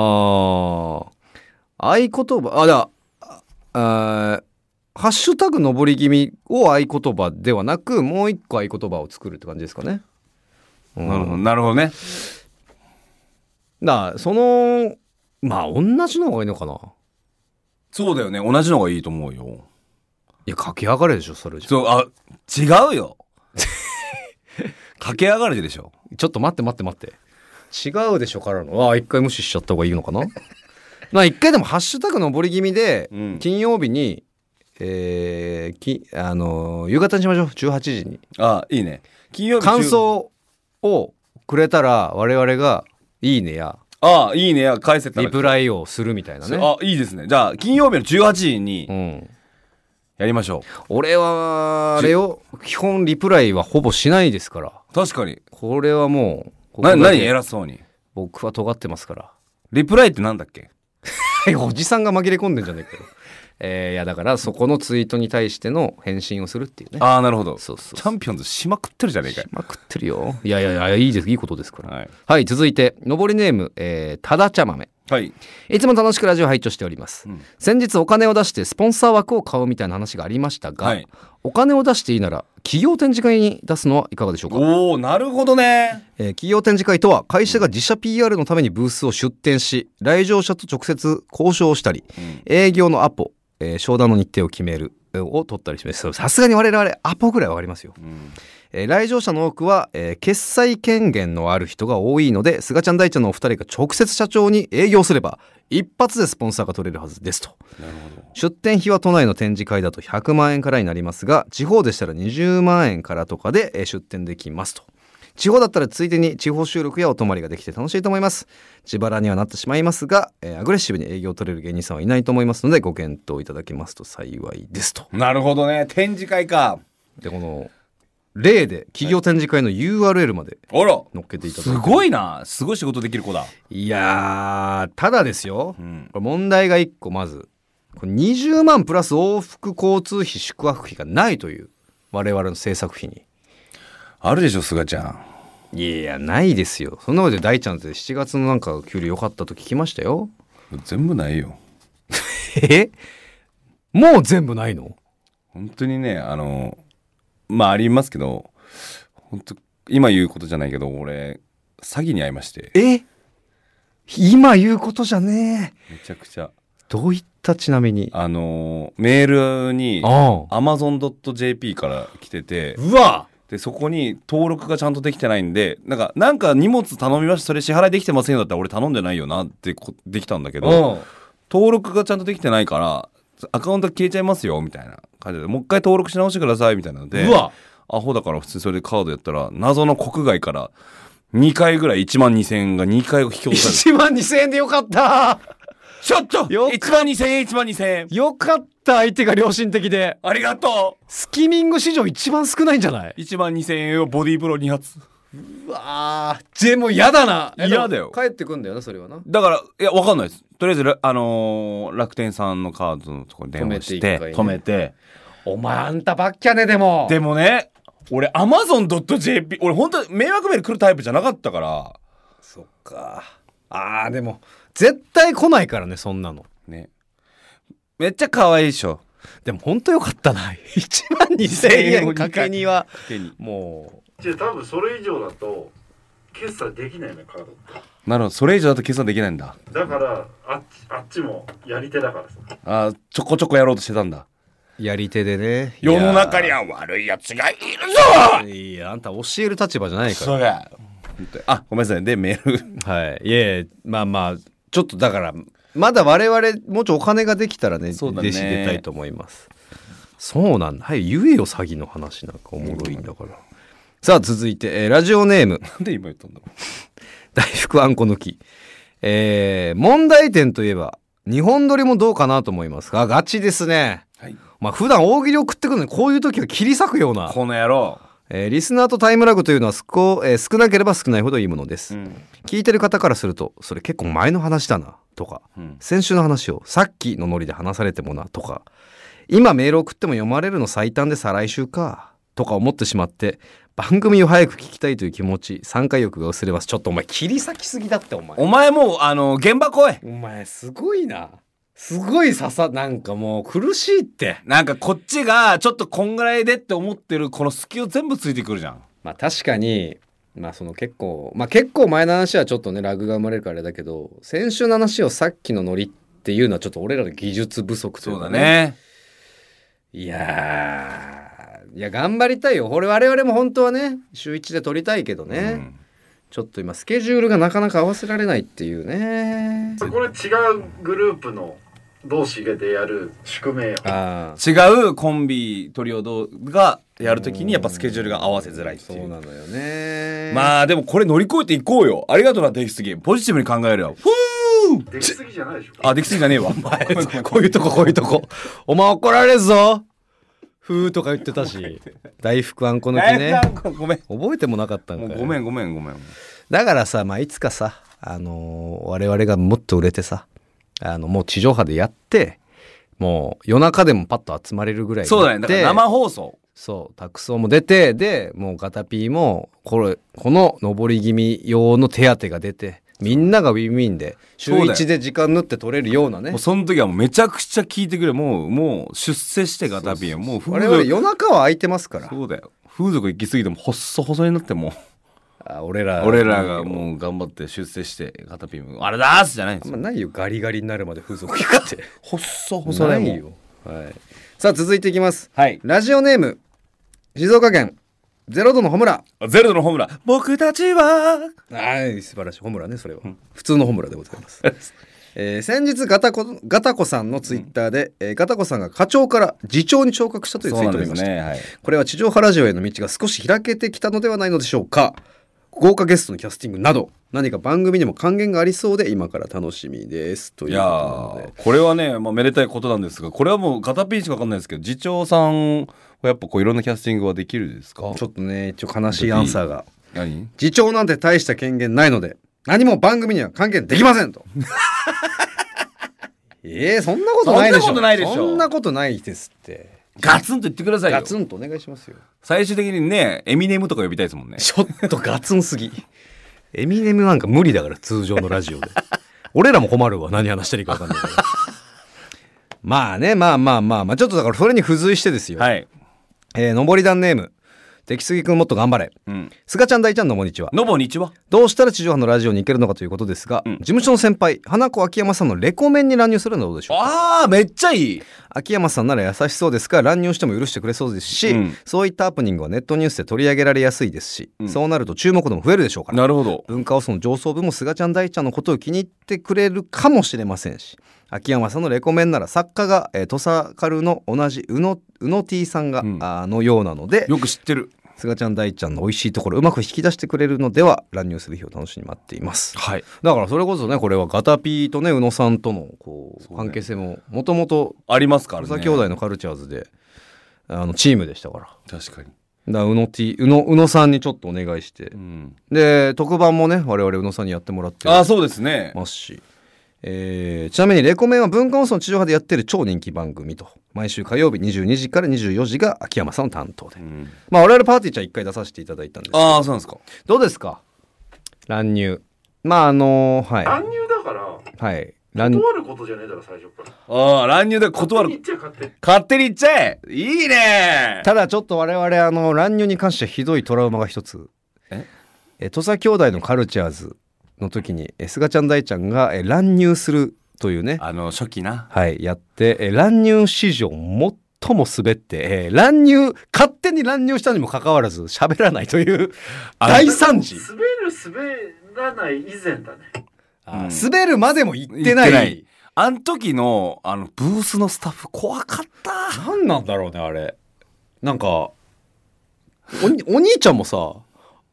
[SPEAKER 1] 合言葉、あ、だ、あ、あーハッシュタグ上り気味を合言葉ではなく、もう一個合言葉を作るって感じですかね。うん
[SPEAKER 2] なるほど、なるほどね。
[SPEAKER 1] だその、まあ、同じの方がいいのかな。
[SPEAKER 2] そうだよね。同じのがいいと思うよ。
[SPEAKER 1] いや、駆け上がれでしょ、それじゃ。
[SPEAKER 2] そう、あ、違うよ。 駆け上がるでしょ。
[SPEAKER 1] ちょっと待って待って待って。違うでしょからの。ああ、一回無視しちゃった方がいいのかな。 まあ、一回でもハッシュタグ上り気味で、
[SPEAKER 2] うん
[SPEAKER 1] 金曜日に、えーき、あのー夕方にしましょう、18時に。
[SPEAKER 2] あ、いいね。金曜日中
[SPEAKER 1] 感。想をくれたら我々が「いいね」や
[SPEAKER 2] ああいいね返せたら
[SPEAKER 1] リプライをするみたいなね。
[SPEAKER 2] あいいですねじゃあ金曜日の18時に
[SPEAKER 1] うん、
[SPEAKER 2] やりましょ
[SPEAKER 1] 俺はあれよ基本リプライはほぼしないですから
[SPEAKER 2] う確かに
[SPEAKER 1] これはもうここだ
[SPEAKER 2] な
[SPEAKER 1] け
[SPEAKER 2] 何偉そうに
[SPEAKER 1] 僕は尖ってますから
[SPEAKER 2] リプライってなんだっけ
[SPEAKER 1] いやおじさんが紛れ込んでんじゃねえかよ。 えーいやだからそこのツイートに対しての返信をするっていうね。
[SPEAKER 2] ああなるほど
[SPEAKER 1] そうそう
[SPEAKER 2] チャンピオンズしまくってるじゃねえかよ
[SPEAKER 1] しまくってるよ。いやいやいやいいですいいことですから。はい、
[SPEAKER 2] はい、
[SPEAKER 1] 続いてのぼりネーム、えー、ただ茶豆。
[SPEAKER 2] はい、
[SPEAKER 1] いつも楽しくラジオ拝聴しております、
[SPEAKER 2] うん
[SPEAKER 1] 先日お金を出してスポンサー枠を買うみたいな話がありましたが、
[SPEAKER 2] はい
[SPEAKER 1] お金を出していいなら企業展示会に出すのはいかがでしょうか
[SPEAKER 2] おおなるほどね
[SPEAKER 1] えー企業展示会とは会社が自社 PR のためにブースを出展し来場者と直接交渉をしたり、
[SPEAKER 2] うん
[SPEAKER 1] 営業のアポ、えー商談の日程を決めるえーを取ったりしますさすがに我々アポぐらいわかりますよ、
[SPEAKER 2] うん
[SPEAKER 1] えー来場者の多くは、えー決済権限のある人が多いので菅ちゃん大ちゃんのお二人が直接社長に営業すれば一発でスポンサーが取れるはずですと
[SPEAKER 2] なるほど
[SPEAKER 1] 出店費は都内の展示会だと100万円からになりますが地方でしたら20万円からとかでえー出店できますと地方だったらついでに地方収録やお泊まりができて楽しいと思います自腹にはなってしまいますが、えーアグレッシブに営業を取れる芸人さんはいないと思いますのでご検討いただけますと幸いですと
[SPEAKER 2] なるほどね展示会か
[SPEAKER 1] でこの例で企業展示会の URL まで
[SPEAKER 2] あら
[SPEAKER 1] 乗っけていただ
[SPEAKER 2] す
[SPEAKER 1] いて
[SPEAKER 2] ごいなすごい仕事できる子だ
[SPEAKER 1] いやーただですよ、
[SPEAKER 2] うん
[SPEAKER 1] これ問題が1個まずこれ20万プラス往復交通費宿泊費がないという我々の制作費に
[SPEAKER 2] あるでしょすがちゃん
[SPEAKER 1] いやいやないですよそんなことで大ちゃんって7月のなんか給料良かったと聞きましたよ
[SPEAKER 2] 全部ないよ
[SPEAKER 1] えもう全部ないの
[SPEAKER 2] 本当にねあのまあありますけど本当今言うことじゃないけど俺詐欺に遭いまして
[SPEAKER 1] え今言うことじゃねえ
[SPEAKER 2] めちゃくちゃ
[SPEAKER 1] どういったちなみに
[SPEAKER 2] あのメールに
[SPEAKER 1] あ
[SPEAKER 2] amazon.jp から来てて
[SPEAKER 1] うわ
[SPEAKER 2] でそこに登録がちゃんとできてないんでなんかなんか荷物頼みましたそれ支払いできてませんよだったら俺頼んでないよなってこできたんだけど
[SPEAKER 1] うん
[SPEAKER 2] 登録がちゃんとできてないからアカウント消えちゃいますよみたいな感じでもう一回登録し直してくださいみたいなので
[SPEAKER 1] うわ
[SPEAKER 2] アホだから普通にそれでカードやったら謎の国外から2回ぐらい1万2000円が2回引き落とされ
[SPEAKER 1] 1
[SPEAKER 2] て
[SPEAKER 1] 万2000円でよかった
[SPEAKER 2] ちょっと
[SPEAKER 1] よっ
[SPEAKER 2] !1 万2000円1万2000円
[SPEAKER 1] よかった相手が良心的で
[SPEAKER 2] ありがと
[SPEAKER 1] スキミング史上一番少ないんじゃないう
[SPEAKER 2] !1 万2000円をボディーブロー2発
[SPEAKER 1] うわーでも嫌だな
[SPEAKER 2] え嫌だよ
[SPEAKER 1] 帰ってくんだよなそれはな
[SPEAKER 2] だからいやわかんないですとりあえずら、あのー楽天さんのカードのところに電話し
[SPEAKER 1] 止めて一
[SPEAKER 2] て
[SPEAKER 1] 回ね
[SPEAKER 2] 止めて
[SPEAKER 1] お前あんたばっきゃねでも
[SPEAKER 2] でもね俺 Amazon.jp 俺本当に迷惑メール来るタイプじゃなかったから
[SPEAKER 1] そっかあーでも絶対来ないからねそんなの
[SPEAKER 2] ねめっちゃ可愛いでしょ
[SPEAKER 1] でもほんとよかったな1万2000円かけにはも
[SPEAKER 3] じゃあ多分それ以上だと決済できないねカードって
[SPEAKER 2] なるほどそれ以上だと計算できないんだ
[SPEAKER 3] だからあっちあっちもやり手だからさ
[SPEAKER 2] あーちょこちょこやろうとしてたんだ
[SPEAKER 1] うやり手でね
[SPEAKER 2] 世の中に
[SPEAKER 1] は
[SPEAKER 2] は悪いやつがいる
[SPEAKER 1] いやあんた教える立場じゃない
[SPEAKER 2] ぞ
[SPEAKER 1] か
[SPEAKER 2] があごめんなさいでメール
[SPEAKER 1] らはいいやいやまあまあちょっとだからまだ我々もうちょいお金ができたらね
[SPEAKER 2] そうだ
[SPEAKER 1] 弟
[SPEAKER 2] ね
[SPEAKER 1] 子出たいと思いますそうなんだはい言えよ詐欺の話なんかおもろいんだからさあ続いて、えーラジオネーム
[SPEAKER 2] なんで今言ったんだろう
[SPEAKER 1] 大福あんこ抜き。えー、問題点といえば、日本撮りもどうかなと思いますが、ガチですね。
[SPEAKER 2] はい
[SPEAKER 1] まあ、普段大喜利を食ってくるのに、こういう時は切り裂くような、
[SPEAKER 2] この野郎
[SPEAKER 1] えーリスナーとタイムラグというのは少、えー少なければ少ないほどいいものです。
[SPEAKER 2] ん
[SPEAKER 1] 聞いてる方からすると、それ結構前の話だな、とか、
[SPEAKER 2] うん
[SPEAKER 1] 先週の話をさっきのノリで話されてもな、とか、今メール送っても読まれるの最短で再来週か、とか思ってしまって、番組を早く聞きたいという気持ち、参加欲が薄れます。ちょっとお前、切り裂きすぎだって、お前。
[SPEAKER 2] お前もうあの現場来い
[SPEAKER 1] お前すごいな。すごい刺さ、なんかもう苦しいって。
[SPEAKER 2] なんかこっちがちょっとこんぐらいでって思ってるこの隙を全部ついてくるじゃん
[SPEAKER 1] まあ確かに、まあその結構、まあ結構前の話はちょっとね、ラグが生まれるからあれだけど、先週の話をさっきのノリっていうのはちょっと俺らの技術不足というかね。いやー、いや頑張りたいよ。俺我々も本当はね、週一で撮りたいけどね、
[SPEAKER 2] うん
[SPEAKER 1] ちょっと今スケジュールがなかなか合わせられないっていうね。
[SPEAKER 3] これ違うグループの同士でやる宿命
[SPEAKER 1] ああ
[SPEAKER 2] 違うコンビトリオどうがやるときにやっぱスケジュールが合わせづらいってい
[SPEAKER 1] そう
[SPEAKER 2] う
[SPEAKER 1] なのよねあ
[SPEAKER 2] まあでもこれ乗り越えていこうよありがとうな出来すぎポジティブに考 えるよふう
[SPEAKER 3] できすぎじゃないでしょ
[SPEAKER 2] あ出来すぎじゃねえわ
[SPEAKER 1] こういうとここういうとこお前怒られるぞふーとか言ってたし大福あんこ抜きね
[SPEAKER 2] ごめん
[SPEAKER 1] 覚えてもなかったん
[SPEAKER 2] も
[SPEAKER 1] か
[SPEAKER 2] う
[SPEAKER 1] よ
[SPEAKER 2] ごめんごめんごめん
[SPEAKER 1] だからさ、まあ、いつかさ、あのー我々がもっと売れてさあのもう地上波でやってもう夜中でもパッと集まれるぐらいにな
[SPEAKER 2] そう
[SPEAKER 1] っ
[SPEAKER 2] だねだか
[SPEAKER 1] て
[SPEAKER 2] ら生放送
[SPEAKER 1] そうタクソーも出てでもうガタピーもこれこの上り気味用の手当が出てみんながウィンウィンで週
[SPEAKER 2] そうだよ
[SPEAKER 1] 1で時間縫って取れるようなね
[SPEAKER 2] もうその時はもうめちゃくちゃ聞いてくれもうもう出世してガタピンもう風
[SPEAKER 1] 我々
[SPEAKER 2] 俗
[SPEAKER 1] 夜中は空いてますから
[SPEAKER 2] そうだよ風俗行き過ぎても細細になってもう
[SPEAKER 1] あ俺ら
[SPEAKER 2] 俺らがもう頑張って出世してガタピンもあれだーすじゃないんで
[SPEAKER 1] あ
[SPEAKER 2] す
[SPEAKER 1] ん
[SPEAKER 2] よ
[SPEAKER 1] まないよガリガリになるまで風俗行く って
[SPEAKER 2] 細
[SPEAKER 1] な
[SPEAKER 2] 細
[SPEAKER 1] い
[SPEAKER 2] いよ
[SPEAKER 1] よ、はい、さあ続いていきます
[SPEAKER 2] はい
[SPEAKER 1] ラジオネーム静岡県ゼロ度のホムラ
[SPEAKER 2] ゼロ度のホームラン僕たちは
[SPEAKER 1] はい素晴らしいホムラねそれは、普通のホムラでござい ます、えー先日ガタコガタコさんのツイッターで、えーガタコさんが課長から次長に昇格したというツイートを見ました、
[SPEAKER 2] ねはい
[SPEAKER 1] これは地上波ラジオへの道が少し開けてきたのではないのでしょうか豪華ゲストのキャスティングなど何か番組にも還元がありそうで今から楽しみですと
[SPEAKER 2] い
[SPEAKER 1] いう
[SPEAKER 2] や
[SPEAKER 1] ことなの
[SPEAKER 2] ー
[SPEAKER 1] で
[SPEAKER 2] これはね、まあ、めでたいことなんですがこれはもうガタピンしか分かんないですけど次長さんはやっぱこういろんなキャスティングはできるですか
[SPEAKER 1] ちょっとね一応悲しいアンサーが
[SPEAKER 2] 何
[SPEAKER 1] 次長なんて大した権限ないので何も番組には関係できませ んとええそんなことないでしょ
[SPEAKER 2] そんなことないでしょ
[SPEAKER 1] そんなことないですって
[SPEAKER 2] ガツンと言ってくださいよ
[SPEAKER 1] ガツンとお願いしますよ
[SPEAKER 2] 最終的にねエミネムとか呼びたいですもんね
[SPEAKER 1] ちょっとガツンすぎエミネムなんか無理だから通常のラジオで俺らも困るわ何話してるか分かんないからまあねまあまあまあまあちょっとだからそれに付随してですよ、
[SPEAKER 2] はい、
[SPEAKER 1] えー、上り団ネーム出来すぎくんもっと頑張れ
[SPEAKER 2] うん、
[SPEAKER 1] すがちゃん大ちゃんのこんにちは
[SPEAKER 2] ノボにちは
[SPEAKER 1] どうしたら地上波のラジオに行けるのかということですが、
[SPEAKER 2] うん
[SPEAKER 1] 事務所の先輩花子秋山さんのレコメンに乱入するのはどうでしょうか
[SPEAKER 2] あーめっちゃいい
[SPEAKER 1] 秋山さんなら優しそうですから乱入しても許してくれそうですし、
[SPEAKER 2] うん
[SPEAKER 1] そういったハプニングはネットニュースで取り上げられやすいですし、
[SPEAKER 2] うん
[SPEAKER 1] そうなると注目度も増えるでしょうから
[SPEAKER 2] なるほど
[SPEAKER 1] 文化放送の上層部もすがちゃん大ちゃんのことを気に入ってくれるかもしれませんし秋山さんのレコメンなら作家が、えー、土佐カルの同じ宇野宇野 T さんが、
[SPEAKER 2] うん
[SPEAKER 1] あーのようなので
[SPEAKER 2] よく知ってる
[SPEAKER 1] すがちゃん大ちゃんの美味しいところをうまく引き出してくれるのでは乱入する日を楽しみに待っています。
[SPEAKER 2] はい
[SPEAKER 1] だからそれこそねこれはガタピーとね宇野さんとのこう
[SPEAKER 2] そうね
[SPEAKER 1] 関係性ももともと
[SPEAKER 2] ありますから
[SPEAKER 1] 土
[SPEAKER 2] ね
[SPEAKER 1] 佐兄弟のカルチャーズであのチームでしたからだか
[SPEAKER 2] 確かに
[SPEAKER 1] ら宇野 T 宇野宇野さんにちょっとお願いして
[SPEAKER 2] うん
[SPEAKER 1] で特番もね我々宇野さんにやってもらって
[SPEAKER 2] あーそうですね
[SPEAKER 1] ますし、えーちなみにレコメンは文化放送の地上波でやってる超人気番組と毎週火曜日22時から24時が秋山さんの担当で
[SPEAKER 2] うん
[SPEAKER 1] まあ我々パーティーちゃん1回出させていただいたんです
[SPEAKER 2] ああそうなんですか
[SPEAKER 1] どうですか乱入まああのはい
[SPEAKER 3] 乱入だから
[SPEAKER 1] はい乱入
[SPEAKER 3] 断ることじゃねえだろ最初から
[SPEAKER 2] ああ乱入で断
[SPEAKER 3] 言っ
[SPEAKER 2] る
[SPEAKER 3] ちゃ勝手に
[SPEAKER 2] 勝手に言っちゃえいいね
[SPEAKER 1] ただちょっと我々あの乱入に関してひどいトラウマが一つ
[SPEAKER 2] え
[SPEAKER 1] え土佐兄弟のカルチャーズの時にえすがちゃん大ちゃんがえ乱入するというね
[SPEAKER 2] あの初期な
[SPEAKER 1] はいやってえ乱入史上最も滑って、え乱入勝手に乱入したにもかかわらず喋らないという
[SPEAKER 2] あの
[SPEAKER 1] 大惨事
[SPEAKER 3] 滑る滑らない以前だね
[SPEAKER 1] あ
[SPEAKER 2] うん
[SPEAKER 1] 滑るまでも行ってない
[SPEAKER 2] 行ってないあん時のあのブースのスタッフ怖かった
[SPEAKER 1] 何なんだろうねあれなんかおにお兄ちゃんもさ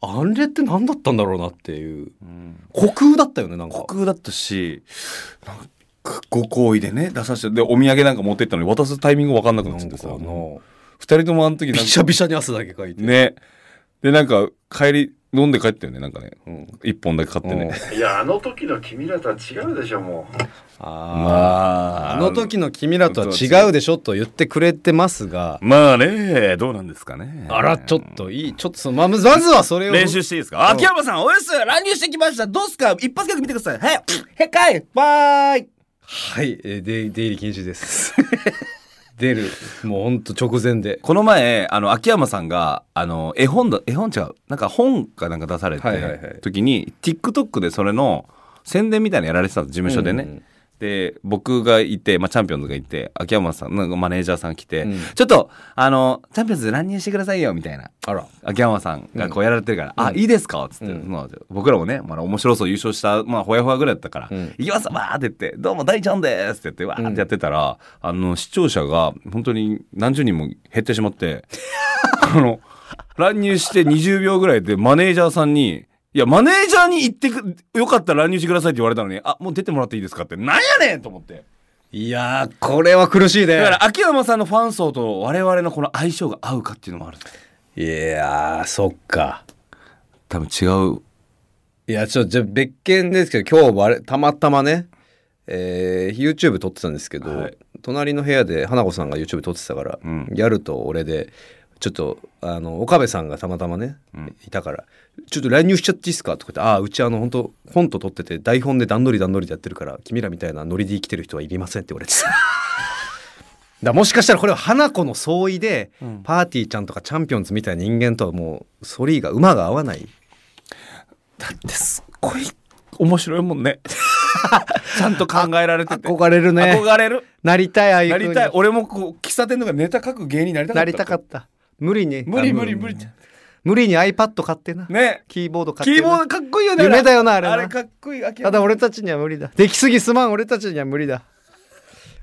[SPEAKER 1] あれって何だったんだろうなっていう虚空だったよねなんか
[SPEAKER 2] 虚空だったしなんかご好意でね出させてでお土産なんか持ってったのに渡すタイミング分かんなくなっちゃってさ
[SPEAKER 1] なんかあ
[SPEAKER 2] 2
[SPEAKER 1] の
[SPEAKER 2] 人ともあの時
[SPEAKER 1] び
[SPEAKER 2] なん
[SPEAKER 1] しゃ
[SPEAKER 2] か
[SPEAKER 1] びしゃに汗だけかいて、
[SPEAKER 2] ねでなんか帰り飲んで帰ったよねなんかね
[SPEAKER 1] うん
[SPEAKER 2] 1本だけ買って
[SPEAKER 1] うん
[SPEAKER 2] ね
[SPEAKER 3] いやあの時の君らとは違うでしょもう
[SPEAKER 1] ああ
[SPEAKER 2] ま
[SPEAKER 1] あの時の君らとは違うでしょと言ってくれてますが
[SPEAKER 2] まあねどうなんですかね
[SPEAKER 1] あらちょっといいちょっとそのまあまずまずはそれを
[SPEAKER 2] 練習していいですか秋山さんおやす乱入してきましたどうすか一発ギャグ見てくださいはいへっかいバーイ
[SPEAKER 1] はい、えー、出出入り禁止です 出るもうほんと直前で
[SPEAKER 2] この前あの秋山さんがあの絵本だ絵本違うなんか本かなんか出されて、
[SPEAKER 1] はいはいはい
[SPEAKER 2] 時に TikTok でそれの宣伝みたいなのやられてたんです事務所でね、
[SPEAKER 1] うん
[SPEAKER 2] で僕がいて、まあ、チャンピオンズがいて秋山さんなんかマネージャーさん来て、
[SPEAKER 1] うん
[SPEAKER 2] ちょっとあのチャンピオンズ乱入してくださいよみたいな
[SPEAKER 1] あら。
[SPEAKER 2] 秋山さんがこうやられてるから「あいいですか」っつって、
[SPEAKER 1] うん
[SPEAKER 2] その僕らもね、まあ、面白そう優勝した、まあ、ほやほやぐらいだったから「
[SPEAKER 1] うん
[SPEAKER 2] 行きますわ!」って言って「どうも大ちゃんです!」って言ってわーってやってたら、あの視聴者が本当に何十人も減ってしまって あの乱入して20秒ぐらいでマネージャーさんに「いやマネージャーに行ってくよかったら乱入してください」って言われたのに「あもう出てもらっていいですか?」ってなんやねんと思って。
[SPEAKER 1] いやー、これは苦しいね。
[SPEAKER 2] だから秋山さんのファン層と我々のこの相性が合うかっていうのもあるんです
[SPEAKER 1] いやー、そっか。
[SPEAKER 2] 多分違う
[SPEAKER 1] いや、ちょ、じゃあ別件ですけど、今日もあれ、たまたまね、えー YouTube 撮ってたんですけど、
[SPEAKER 2] はい
[SPEAKER 1] 隣の部屋で花子さんが YouTube 撮ってたから、
[SPEAKER 2] うん
[SPEAKER 1] やると俺で、ちょっと、あの、岡部さんがたまたまね、
[SPEAKER 2] うん
[SPEAKER 1] いたから、ちょっと乱入しちゃっていいですかとか言って、ああ、うちあの、本当コント撮ってて、台本で段取り段取りでやってるから、君らみたいなノリで生きてる人はいりませんって言われて た。だからもしかしたらこれは花子の相違で、
[SPEAKER 2] うん
[SPEAKER 1] パーティーちゃんとかチャンピオンズみたいな人間とはもう反りが馬が合わない
[SPEAKER 2] だってすっごい面白いも んねちゃんと考えられてて
[SPEAKER 1] 憧れるね
[SPEAKER 2] 憧れる
[SPEAKER 1] なりたいああいう
[SPEAKER 2] な
[SPEAKER 1] 風に
[SPEAKER 2] りたい俺もこう喫茶店とかネタ書く芸人になりたかった
[SPEAKER 1] なりたかった無理に
[SPEAKER 2] 無理
[SPEAKER 1] あの
[SPEAKER 2] 無理無理
[SPEAKER 1] 無理に iPad 買ってな、
[SPEAKER 2] ね
[SPEAKER 1] キーボード買
[SPEAKER 2] キ
[SPEAKER 1] って
[SPEAKER 2] ーボ
[SPEAKER 1] な
[SPEAKER 2] ードかっこいいよね
[SPEAKER 1] 夢だよなあれな
[SPEAKER 2] あれかっこいい
[SPEAKER 1] ただ俺たちには無理だできすぎすまん俺たちには無理だ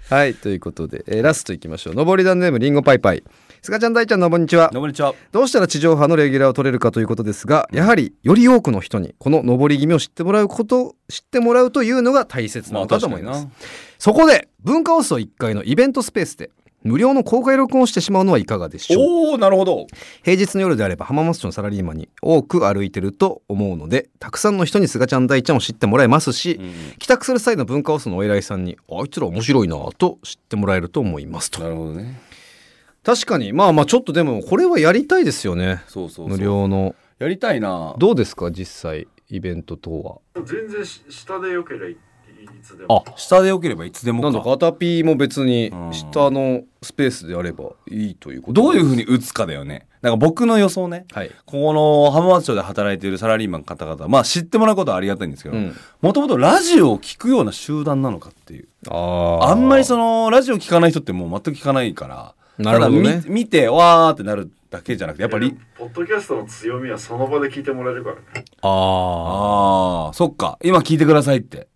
[SPEAKER 1] はいということで、えーラストいきましょう上り段ネームりんごパイパイすがちゃん大ちゃんのぼんにちは
[SPEAKER 2] どうもこんにちは
[SPEAKER 1] どうしたら地上波のレギュラーを取れるかということですがやはりより多くの人にこの上り気味を知ってもらうこと知ってもらうというのが大切なことだと思います、そこで文化放送1階のイベントスペースで無料の公開録音をしてしまうのはいかがでしょう
[SPEAKER 2] おおなるほど
[SPEAKER 1] 平日の夜であれば浜松町のサラリーマンに多く歩いてると思うのでたくさんの人にすがちゃん大ちゃんを知ってもらえますし、帰宅する際の文化放送のお偉いさんにあいつら面白いなぁと知ってもらえると思いますと
[SPEAKER 2] なるほどね
[SPEAKER 1] 確かにまあまあちょっとでもこれはやりたいですよね
[SPEAKER 2] そうそうそう
[SPEAKER 1] 無料の
[SPEAKER 2] やりたいな
[SPEAKER 1] どうですか実際イベント等は
[SPEAKER 3] 全然し下でよければいいつで
[SPEAKER 2] あ
[SPEAKER 3] も。
[SPEAKER 2] 下でよければいつでも
[SPEAKER 1] なんだかアタピーも別に
[SPEAKER 2] うん
[SPEAKER 1] 下のスペースであればいいということ
[SPEAKER 2] どういうふう
[SPEAKER 1] に
[SPEAKER 2] に打つかだよねなんか僕の予想ね
[SPEAKER 1] はい、
[SPEAKER 2] この浜松町で働いているサラリーマンの方々まあ知ってもらうことはありがたいんですけど、
[SPEAKER 1] うん、
[SPEAKER 2] もともとラジオを聞くような集団なのかっていう。
[SPEAKER 1] あー
[SPEAKER 2] あんまりその、ラジオ聞かない人ってもう全く聞かないから。
[SPEAKER 1] なるほどね
[SPEAKER 2] ただ見見て、わーってなるだけじゃなくて、やっぱり
[SPEAKER 3] で、ポッドキャストの強みはその場で聞いてもらえるからね。
[SPEAKER 1] ああ
[SPEAKER 2] あー、そっか、今聞いてくださいって。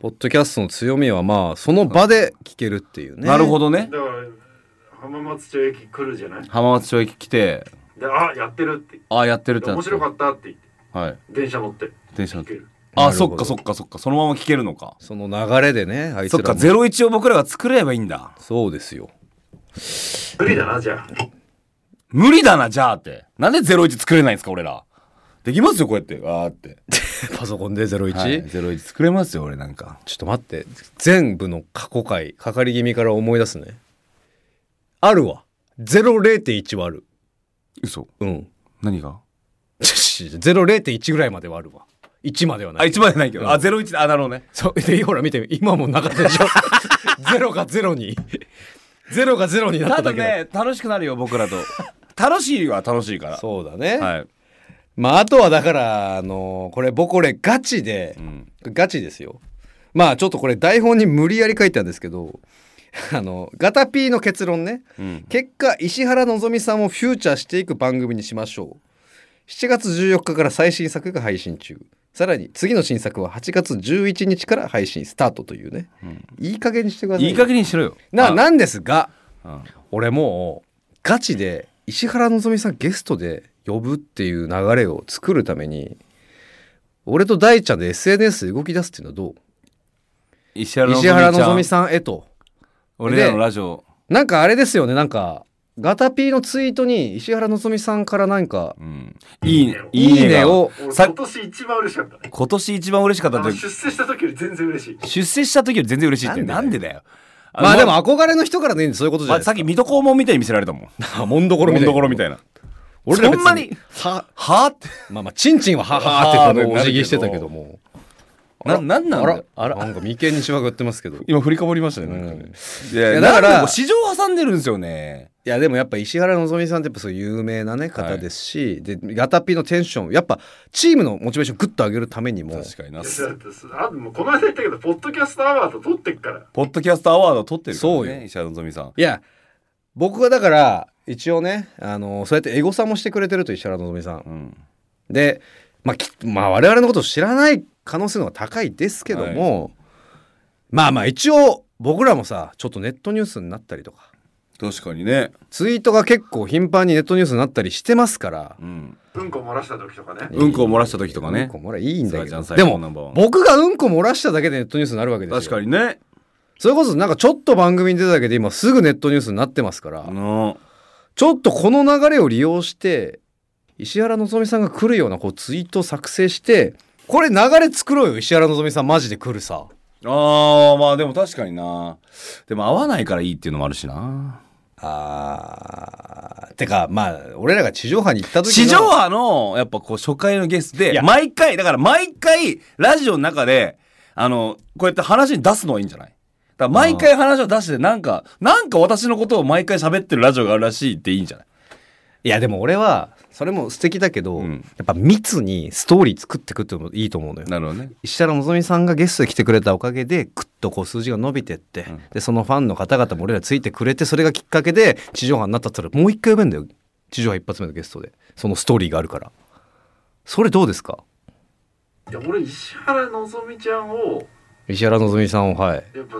[SPEAKER 1] ポッドキャストの強みはまあその場で聞けるっていうね
[SPEAKER 2] なるほ
[SPEAKER 1] ど
[SPEAKER 2] ど
[SPEAKER 3] だ
[SPEAKER 2] ね
[SPEAKER 3] か。ら浜松町駅来るじゃない。
[SPEAKER 2] 浜松町駅来て、
[SPEAKER 3] で、あ、やってるって。
[SPEAKER 2] あーやってるって
[SPEAKER 3] で
[SPEAKER 2] な
[SPEAKER 3] 面
[SPEAKER 2] って。
[SPEAKER 3] 白かったって言って
[SPEAKER 2] はい。
[SPEAKER 3] 電車乗って
[SPEAKER 2] 電車乗
[SPEAKER 3] 行
[SPEAKER 2] っ
[SPEAKER 3] け
[SPEAKER 2] て。
[SPEAKER 3] る。
[SPEAKER 2] あ
[SPEAKER 1] な
[SPEAKER 2] ー、
[SPEAKER 1] るほ
[SPEAKER 2] そ
[SPEAKER 1] ど
[SPEAKER 2] っかそっかそっか、そのまま聞けるのか。
[SPEAKER 1] その流れでねあいつ
[SPEAKER 2] そっ
[SPEAKER 1] ら
[SPEAKER 2] か、
[SPEAKER 1] も
[SPEAKER 2] ゼロ一を僕らが作ればいいんだ。
[SPEAKER 1] そうです よ
[SPEAKER 3] 無理だなじゃ
[SPEAKER 2] 無理だな、じゃあって。なんでゼロ一作れないんですか、俺ら。できますよ、こうやって。わーって。
[SPEAKER 1] パソコンで01、
[SPEAKER 2] はいゼロ一作れますよ、俺なんか。
[SPEAKER 1] ちょっと待って全部の過去回かかり気味から思い出すねあるわ00.1はある
[SPEAKER 2] 嘘。
[SPEAKER 1] うん
[SPEAKER 2] 何が
[SPEAKER 1] 00.1ぐらいまではあるわ1まではな
[SPEAKER 2] あ、
[SPEAKER 1] い
[SPEAKER 2] 一番じゃないけど。あ、ゼロ一、あ、なるほどね。
[SPEAKER 1] そうでほら見て今もなかったでし ょ0が0に0が0になったた
[SPEAKER 2] だ
[SPEAKER 1] だけだ
[SPEAKER 2] ね、楽しくなるよ、僕らと。 楽しいは楽しいから。
[SPEAKER 1] そうだね、
[SPEAKER 2] はい。
[SPEAKER 1] まああとはだからあのこれボコレガチで、
[SPEAKER 2] うん。
[SPEAKER 1] ガチですよ。まあちょっとこれ台本に無理やり書いてあるんですけど あのガタピーの結論ね
[SPEAKER 2] うん。
[SPEAKER 1] 結果石原のぞみさんをフューチャーしていく番組にしましょう7月14日から最新作が配信中さらに次の新作は8月11日から配信スタートというね、
[SPEAKER 2] うん
[SPEAKER 1] いい加減にしてください
[SPEAKER 2] いい加減にしろよ。
[SPEAKER 1] な
[SPEAKER 2] あ、
[SPEAKER 1] なんですが
[SPEAKER 2] うん
[SPEAKER 1] 俺もうガチで石原のぞみさんゲストで呼ぶっていう流れを作るために俺と大ちゃんで SNS で動き出すっていうのはどう
[SPEAKER 2] 石原のぞみ
[SPEAKER 1] 石
[SPEAKER 2] ちゃん
[SPEAKER 1] 原のぞみさんへと
[SPEAKER 2] 俺らのラジオ。
[SPEAKER 1] なんかあれですよねなんかガタピーのツイートに石原のぞみさんからなんか
[SPEAKER 2] うん。いいね。
[SPEAKER 1] 「いいね」。を
[SPEAKER 3] ん。俺
[SPEAKER 2] さ
[SPEAKER 3] 今年一番嬉しかったね。
[SPEAKER 2] 今年一番嬉しかっ
[SPEAKER 3] あ
[SPEAKER 2] た
[SPEAKER 3] の
[SPEAKER 2] 時、
[SPEAKER 3] 出世した時より全然嬉しい。
[SPEAKER 2] 出世した時より全然嬉しいって。
[SPEAKER 1] なんで
[SPEAKER 2] だよ。
[SPEAKER 1] まあでも
[SPEAKER 2] ま
[SPEAKER 1] 憧れの人からねそういうことじゃない
[SPEAKER 2] まあ
[SPEAKER 1] で
[SPEAKER 2] さ
[SPEAKER 1] す
[SPEAKER 2] っき水戸黄門みたいに見せられ たもん。
[SPEAKER 1] かもんど
[SPEAKER 2] これどころみ
[SPEAKER 1] い
[SPEAKER 2] たいな。
[SPEAKER 1] 俺ら別
[SPEAKER 2] そんなに
[SPEAKER 1] は
[SPEAKER 2] はって。
[SPEAKER 1] まあまあチンチンはははーってこのお辞儀してたけども
[SPEAKER 2] ななんなん
[SPEAKER 1] あ
[SPEAKER 2] だ
[SPEAKER 1] ら
[SPEAKER 2] よ
[SPEAKER 1] あらなんか眉間にしまぐってますけどい
[SPEAKER 2] 今振りかぶりましたねなんかね、いや
[SPEAKER 1] いや
[SPEAKER 2] だ
[SPEAKER 1] だ
[SPEAKER 2] か
[SPEAKER 1] からら
[SPEAKER 2] 市場挟んでるんですよね
[SPEAKER 1] やでもやっぱ石原のぞみさんってやっぱそういう有名なね方ですし、でガタピのテンションやっぱチームのモチベーショングッと上げるためにも
[SPEAKER 2] 確かにな
[SPEAKER 3] だってあもうこの間言ったけどポッドキャストアワード取ってっから
[SPEAKER 2] ポッドキャストアワード取ってるからね
[SPEAKER 1] そうよ
[SPEAKER 2] 石原のぞみさん
[SPEAKER 1] いや僕はだから一応ねあのそうやってエゴサもしてくれてると石原のぞみさん
[SPEAKER 2] うん
[SPEAKER 1] で、まあ、きまあ我々のことを知らない可能性の方が高いですけども、まあまあ一応僕らもさちょっとネットニュースになったりとか
[SPEAKER 2] 確かにね
[SPEAKER 1] ツイートが結構頻繁にネットニュースになったりしてますから
[SPEAKER 2] うん
[SPEAKER 3] うんこ漏らした時とかね
[SPEAKER 2] うんこを漏らした時とかね
[SPEAKER 1] うんこ漏らいいんだ
[SPEAKER 2] スガ
[SPEAKER 1] け
[SPEAKER 2] ちゃん
[SPEAKER 1] ど
[SPEAKER 2] 最
[SPEAKER 1] で
[SPEAKER 2] 高ナンバーワ
[SPEAKER 1] も
[SPEAKER 2] ン
[SPEAKER 1] 僕がうんこ漏らしただけでネットニュースになるわけですよ
[SPEAKER 2] 確かにね
[SPEAKER 1] それこそなんかちょっと番組に出ただけで今すぐネットニュースになってますから、
[SPEAKER 2] の
[SPEAKER 1] ちょっとこの流れを利用して石原のぞみさんが来るようなこうツイートを作成してこれ流れ作ろうよ石原のぞみさんマジで来るさ
[SPEAKER 2] あーまあでも確かになでも合わないからいいっていうのもあるしな
[SPEAKER 1] あーてかまあ俺らが地上波に行った時の
[SPEAKER 2] 地上波のやっぱこう初回のゲスト
[SPEAKER 1] い
[SPEAKER 2] で
[SPEAKER 1] や
[SPEAKER 2] 毎回だから毎回ラジオの中であのこうやって話に出すのはいいんじゃないだから毎回話を出してなんかなんか私のことを毎回喋ってるラジオがあるらしいっていいんじゃない
[SPEAKER 1] いやでも俺はそれも素敵だけど、
[SPEAKER 2] うん
[SPEAKER 1] やっぱ密にストーリー作ってくってのもいいと思うのよ
[SPEAKER 2] なるほどね
[SPEAKER 1] 石原のぞみさんがゲストで来てくれたおかげでグッとこう数字が伸びてって、
[SPEAKER 2] ん
[SPEAKER 1] でそのファンの方々も俺らついてくれてそれがきっかけで地上波になったったらもう一回呼べんだよ地上波一発目のゲストでそのストーリーがあるからそれどうですか
[SPEAKER 3] いや俺石原のぞみちゃんを
[SPEAKER 1] 石原のぞみさんをはい
[SPEAKER 3] やっぱ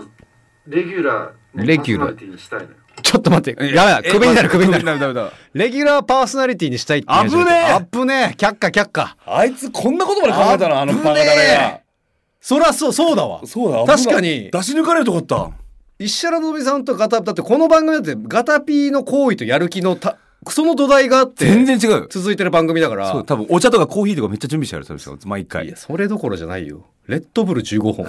[SPEAKER 3] レギュラーの
[SPEAKER 1] レギュラー
[SPEAKER 3] パーソナリティにしたいのよ
[SPEAKER 1] ちょっと待ってやべえクビになるクビになる
[SPEAKER 2] るダメダメ
[SPEAKER 1] レギュラーパーソナリティにしたいって言い始めた
[SPEAKER 2] 危ね
[SPEAKER 1] 危ねえ却下却下
[SPEAKER 2] あいつこんなことまで考えたのあの
[SPEAKER 1] 危ねえ
[SPEAKER 2] バカだね
[SPEAKER 1] そらそうそうだわ
[SPEAKER 2] そうだ
[SPEAKER 1] 確かに
[SPEAKER 2] 出し抜かれるとこだった
[SPEAKER 1] 石原のぞみさんとガタだってこの番組だってガタピーの行為とやる気のたその土台があって
[SPEAKER 2] 全然違う
[SPEAKER 1] 続いてる番組だから
[SPEAKER 2] そう多分お茶とかコーヒーとかめっちゃ準備してあるそうですよ毎
[SPEAKER 1] い
[SPEAKER 2] 回
[SPEAKER 1] やそれどころじゃないよレッドブル15本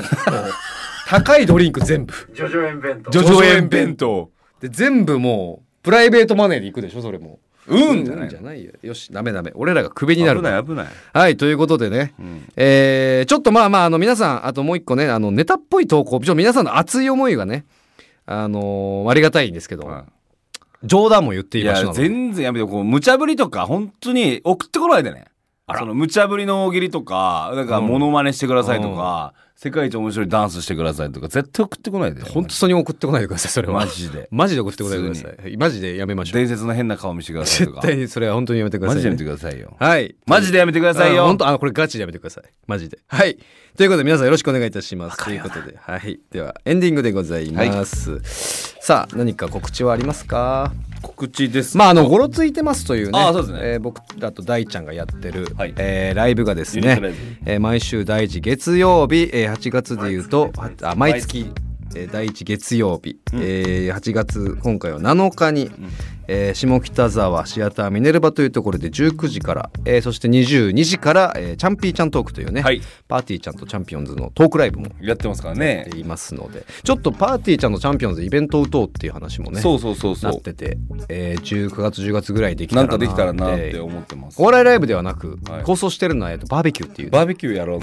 [SPEAKER 1] 高いドリンク全部
[SPEAKER 3] ジョジョエン弁当
[SPEAKER 1] ジョジョ園弁
[SPEAKER 2] 当
[SPEAKER 1] で全部もうプライベートマネーで行くでしょそれも
[SPEAKER 2] うんじゃない
[SPEAKER 1] じゃないよよしダメダメ俺らがクビ
[SPEAKER 2] 危
[SPEAKER 1] になる
[SPEAKER 2] ない危ない
[SPEAKER 1] はいということでね、
[SPEAKER 2] ん
[SPEAKER 1] えーちょっとまあまああの皆さんあともう一個ねあのネタっぽい投稿ちょっと皆さんの熱い思いがねあのーありがたいんですけど、
[SPEAKER 2] はい
[SPEAKER 1] 冗談も言ってい
[SPEAKER 2] い
[SPEAKER 1] い場所
[SPEAKER 2] や
[SPEAKER 1] なので
[SPEAKER 2] 全然やめてこう無茶ぶりとか本当に送ってこないでねその無茶ぶりの大喜利とかなんかモノマネしてくださいとか、世界一面白いダンスしてくださいとか絶対送ってこないで
[SPEAKER 1] 本当に送ってこないでくださいそれは
[SPEAKER 2] マジ で
[SPEAKER 1] マジで送ってこないでくださいはいマジでやめましょう
[SPEAKER 2] 伝説の変な顔見してくださいと
[SPEAKER 1] 絶
[SPEAKER 2] か
[SPEAKER 1] 対にそれは本当にやめてくだ
[SPEAKER 2] マ
[SPEAKER 1] さい、
[SPEAKER 2] ジ
[SPEAKER 1] ね、
[SPEAKER 2] でやめてくださいよ
[SPEAKER 1] はい。
[SPEAKER 2] マジでやめてください
[SPEAKER 1] あ
[SPEAKER 2] よ
[SPEAKER 1] 本当あの、これガチでやめてください。マジで。はい。ということで、皆さんよろしくお願いいたします。ということで、はい。では、エンディングでございます。さあ、何か告知はありますか
[SPEAKER 2] 告知です
[SPEAKER 1] まあ、あの、ごろついてますというね、
[SPEAKER 2] あそうですね
[SPEAKER 1] えー僕らと大ちゃんがやってる、
[SPEAKER 2] はい
[SPEAKER 1] えーライブがです
[SPEAKER 2] ユニットライ
[SPEAKER 1] ね
[SPEAKER 2] ブ、
[SPEAKER 1] えー毎週第1月曜日、えー8月でいうと、あ毎月、えー第1月曜日、えー8月、今回は7日に、えー下北沢シアターミネルバというところで19時から、えーそして22時から、えーチャンピーちゃんトークというね、
[SPEAKER 2] はい
[SPEAKER 1] パーティーちゃんとチャンピオンズのトークライブも
[SPEAKER 2] やってますから
[SPEAKER 1] や
[SPEAKER 2] ね
[SPEAKER 1] っていますので、ちょっとパーティーちゃんとチャンピオンズイベントを打とうっていう話もね、
[SPEAKER 2] そうそうそうそ
[SPEAKER 1] な
[SPEAKER 2] う
[SPEAKER 1] ってて、えー、19月10月ぐらいできたら
[SPEAKER 2] なん
[SPEAKER 1] な
[SPEAKER 2] かできたらな
[SPEAKER 1] っ
[SPEAKER 2] って
[SPEAKER 1] て
[SPEAKER 2] 思ってます
[SPEAKER 1] お笑いライブではなく、
[SPEAKER 2] はい
[SPEAKER 1] 構想してるのは、えっと、バーベキューっていうね、
[SPEAKER 2] バーベキューやろう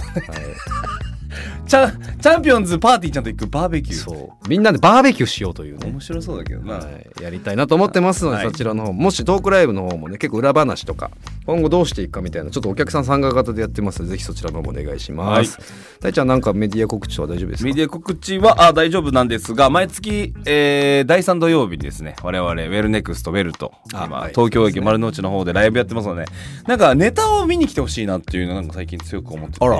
[SPEAKER 2] チャンチャンピオンズパーティーちゃんと行くバーベキュー
[SPEAKER 1] そうみんなでバーベキューしようというね
[SPEAKER 2] 面、白そうだけどな、
[SPEAKER 1] はいやりたいなと思ってますので、
[SPEAKER 2] はい
[SPEAKER 1] そちらの方ももしトークライブの方もね結構裏話とか今後どうしていくかみたいなちょっとお客さん参加型でやってますのでぜひそちらの方もお願いします、大ちゃんなんかメディア告知は大丈夫ですか
[SPEAKER 2] メディア告知はあ大丈夫なんですが毎月、えー第3土曜日にですね我々ウェルネクストウェルト
[SPEAKER 1] あ
[SPEAKER 2] 今、
[SPEAKER 1] はい
[SPEAKER 2] 東京駅丸の内の方でライブやってますのでなんかネタを見に来てほしいなっていうのなんか最近強く思ってて
[SPEAKER 1] あら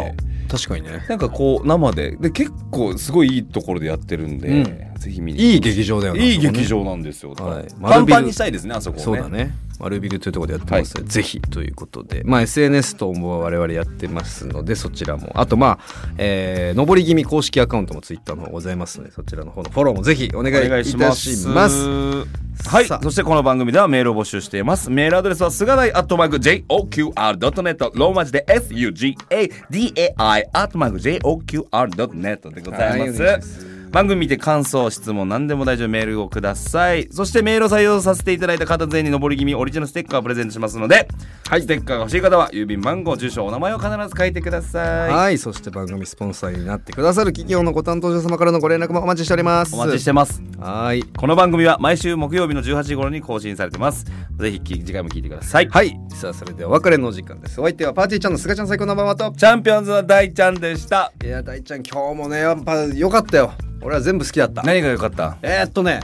[SPEAKER 1] 確かにね
[SPEAKER 2] なんかこう生でで結構すごいいいところでやってるんで、
[SPEAKER 1] うん
[SPEAKER 2] ぜひ見に
[SPEAKER 1] いい劇場だよね
[SPEAKER 2] いい劇
[SPEAKER 1] 場
[SPEAKER 2] 場なんですよ、
[SPEAKER 1] はい
[SPEAKER 2] パンパンにしたいですねあそこをね
[SPEAKER 1] そうだね。丸ビルというところでやってますので、ぜひということで、まあ、SNS 等も我々やってますのでそちらもあとまあ、えー、上り気味公式アカウントもツイッターの方ございますのでそちらの方のフォローもぜひお願いい
[SPEAKER 2] お願
[SPEAKER 1] た
[SPEAKER 2] い
[SPEAKER 1] し
[SPEAKER 2] し
[SPEAKER 1] ま
[SPEAKER 2] ます
[SPEAKER 1] す。
[SPEAKER 2] はい
[SPEAKER 1] さあ
[SPEAKER 2] そしてこの番組ではメールを募集していますメールアドレスはすがないアットマーク JOQR.net ローマ字で SUGADAI アットマーク JOQR.net でござ
[SPEAKER 1] は
[SPEAKER 2] い
[SPEAKER 1] い
[SPEAKER 2] ま
[SPEAKER 1] お
[SPEAKER 2] す
[SPEAKER 1] 願いします
[SPEAKER 2] 番組見て感想質問何でも大丈夫メールをくださいそしてメールを採用させていただいた方全員に上り気味オリジナルステッカーをプレゼントしますので、ステッカーが欲しい方は郵便番号住所お名前を必ず書いてください
[SPEAKER 1] はい、そして番組スポンサーになってくださる企業のご担当者様からのご連絡もお待ちしております。
[SPEAKER 2] お待ちしてます
[SPEAKER 1] はい。
[SPEAKER 2] この番組は毎週木曜日の18時頃に更新されてますぜひき次回も聞いてください、
[SPEAKER 1] はい、さあそれではお別れのお時間です。お相手はパーティーちゃんのすがちゃん最高のママと。
[SPEAKER 2] チャンピオンズの大ちゃんでした
[SPEAKER 1] いや大ちゃん今日もねやっぱ良かったよ。俺は全部好きだった。
[SPEAKER 2] 何が良かった
[SPEAKER 1] えー、っとね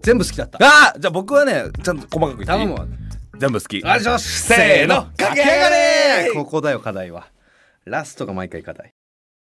[SPEAKER 1] 全部好きだった。
[SPEAKER 2] あーじゃあ僕はねちゃんと細かく言っていい
[SPEAKER 1] 頼むわ。
[SPEAKER 2] 全部好き
[SPEAKER 1] あれします。
[SPEAKER 2] せーの
[SPEAKER 1] 駆け上がれここだよ課題は。ラストが毎回課題。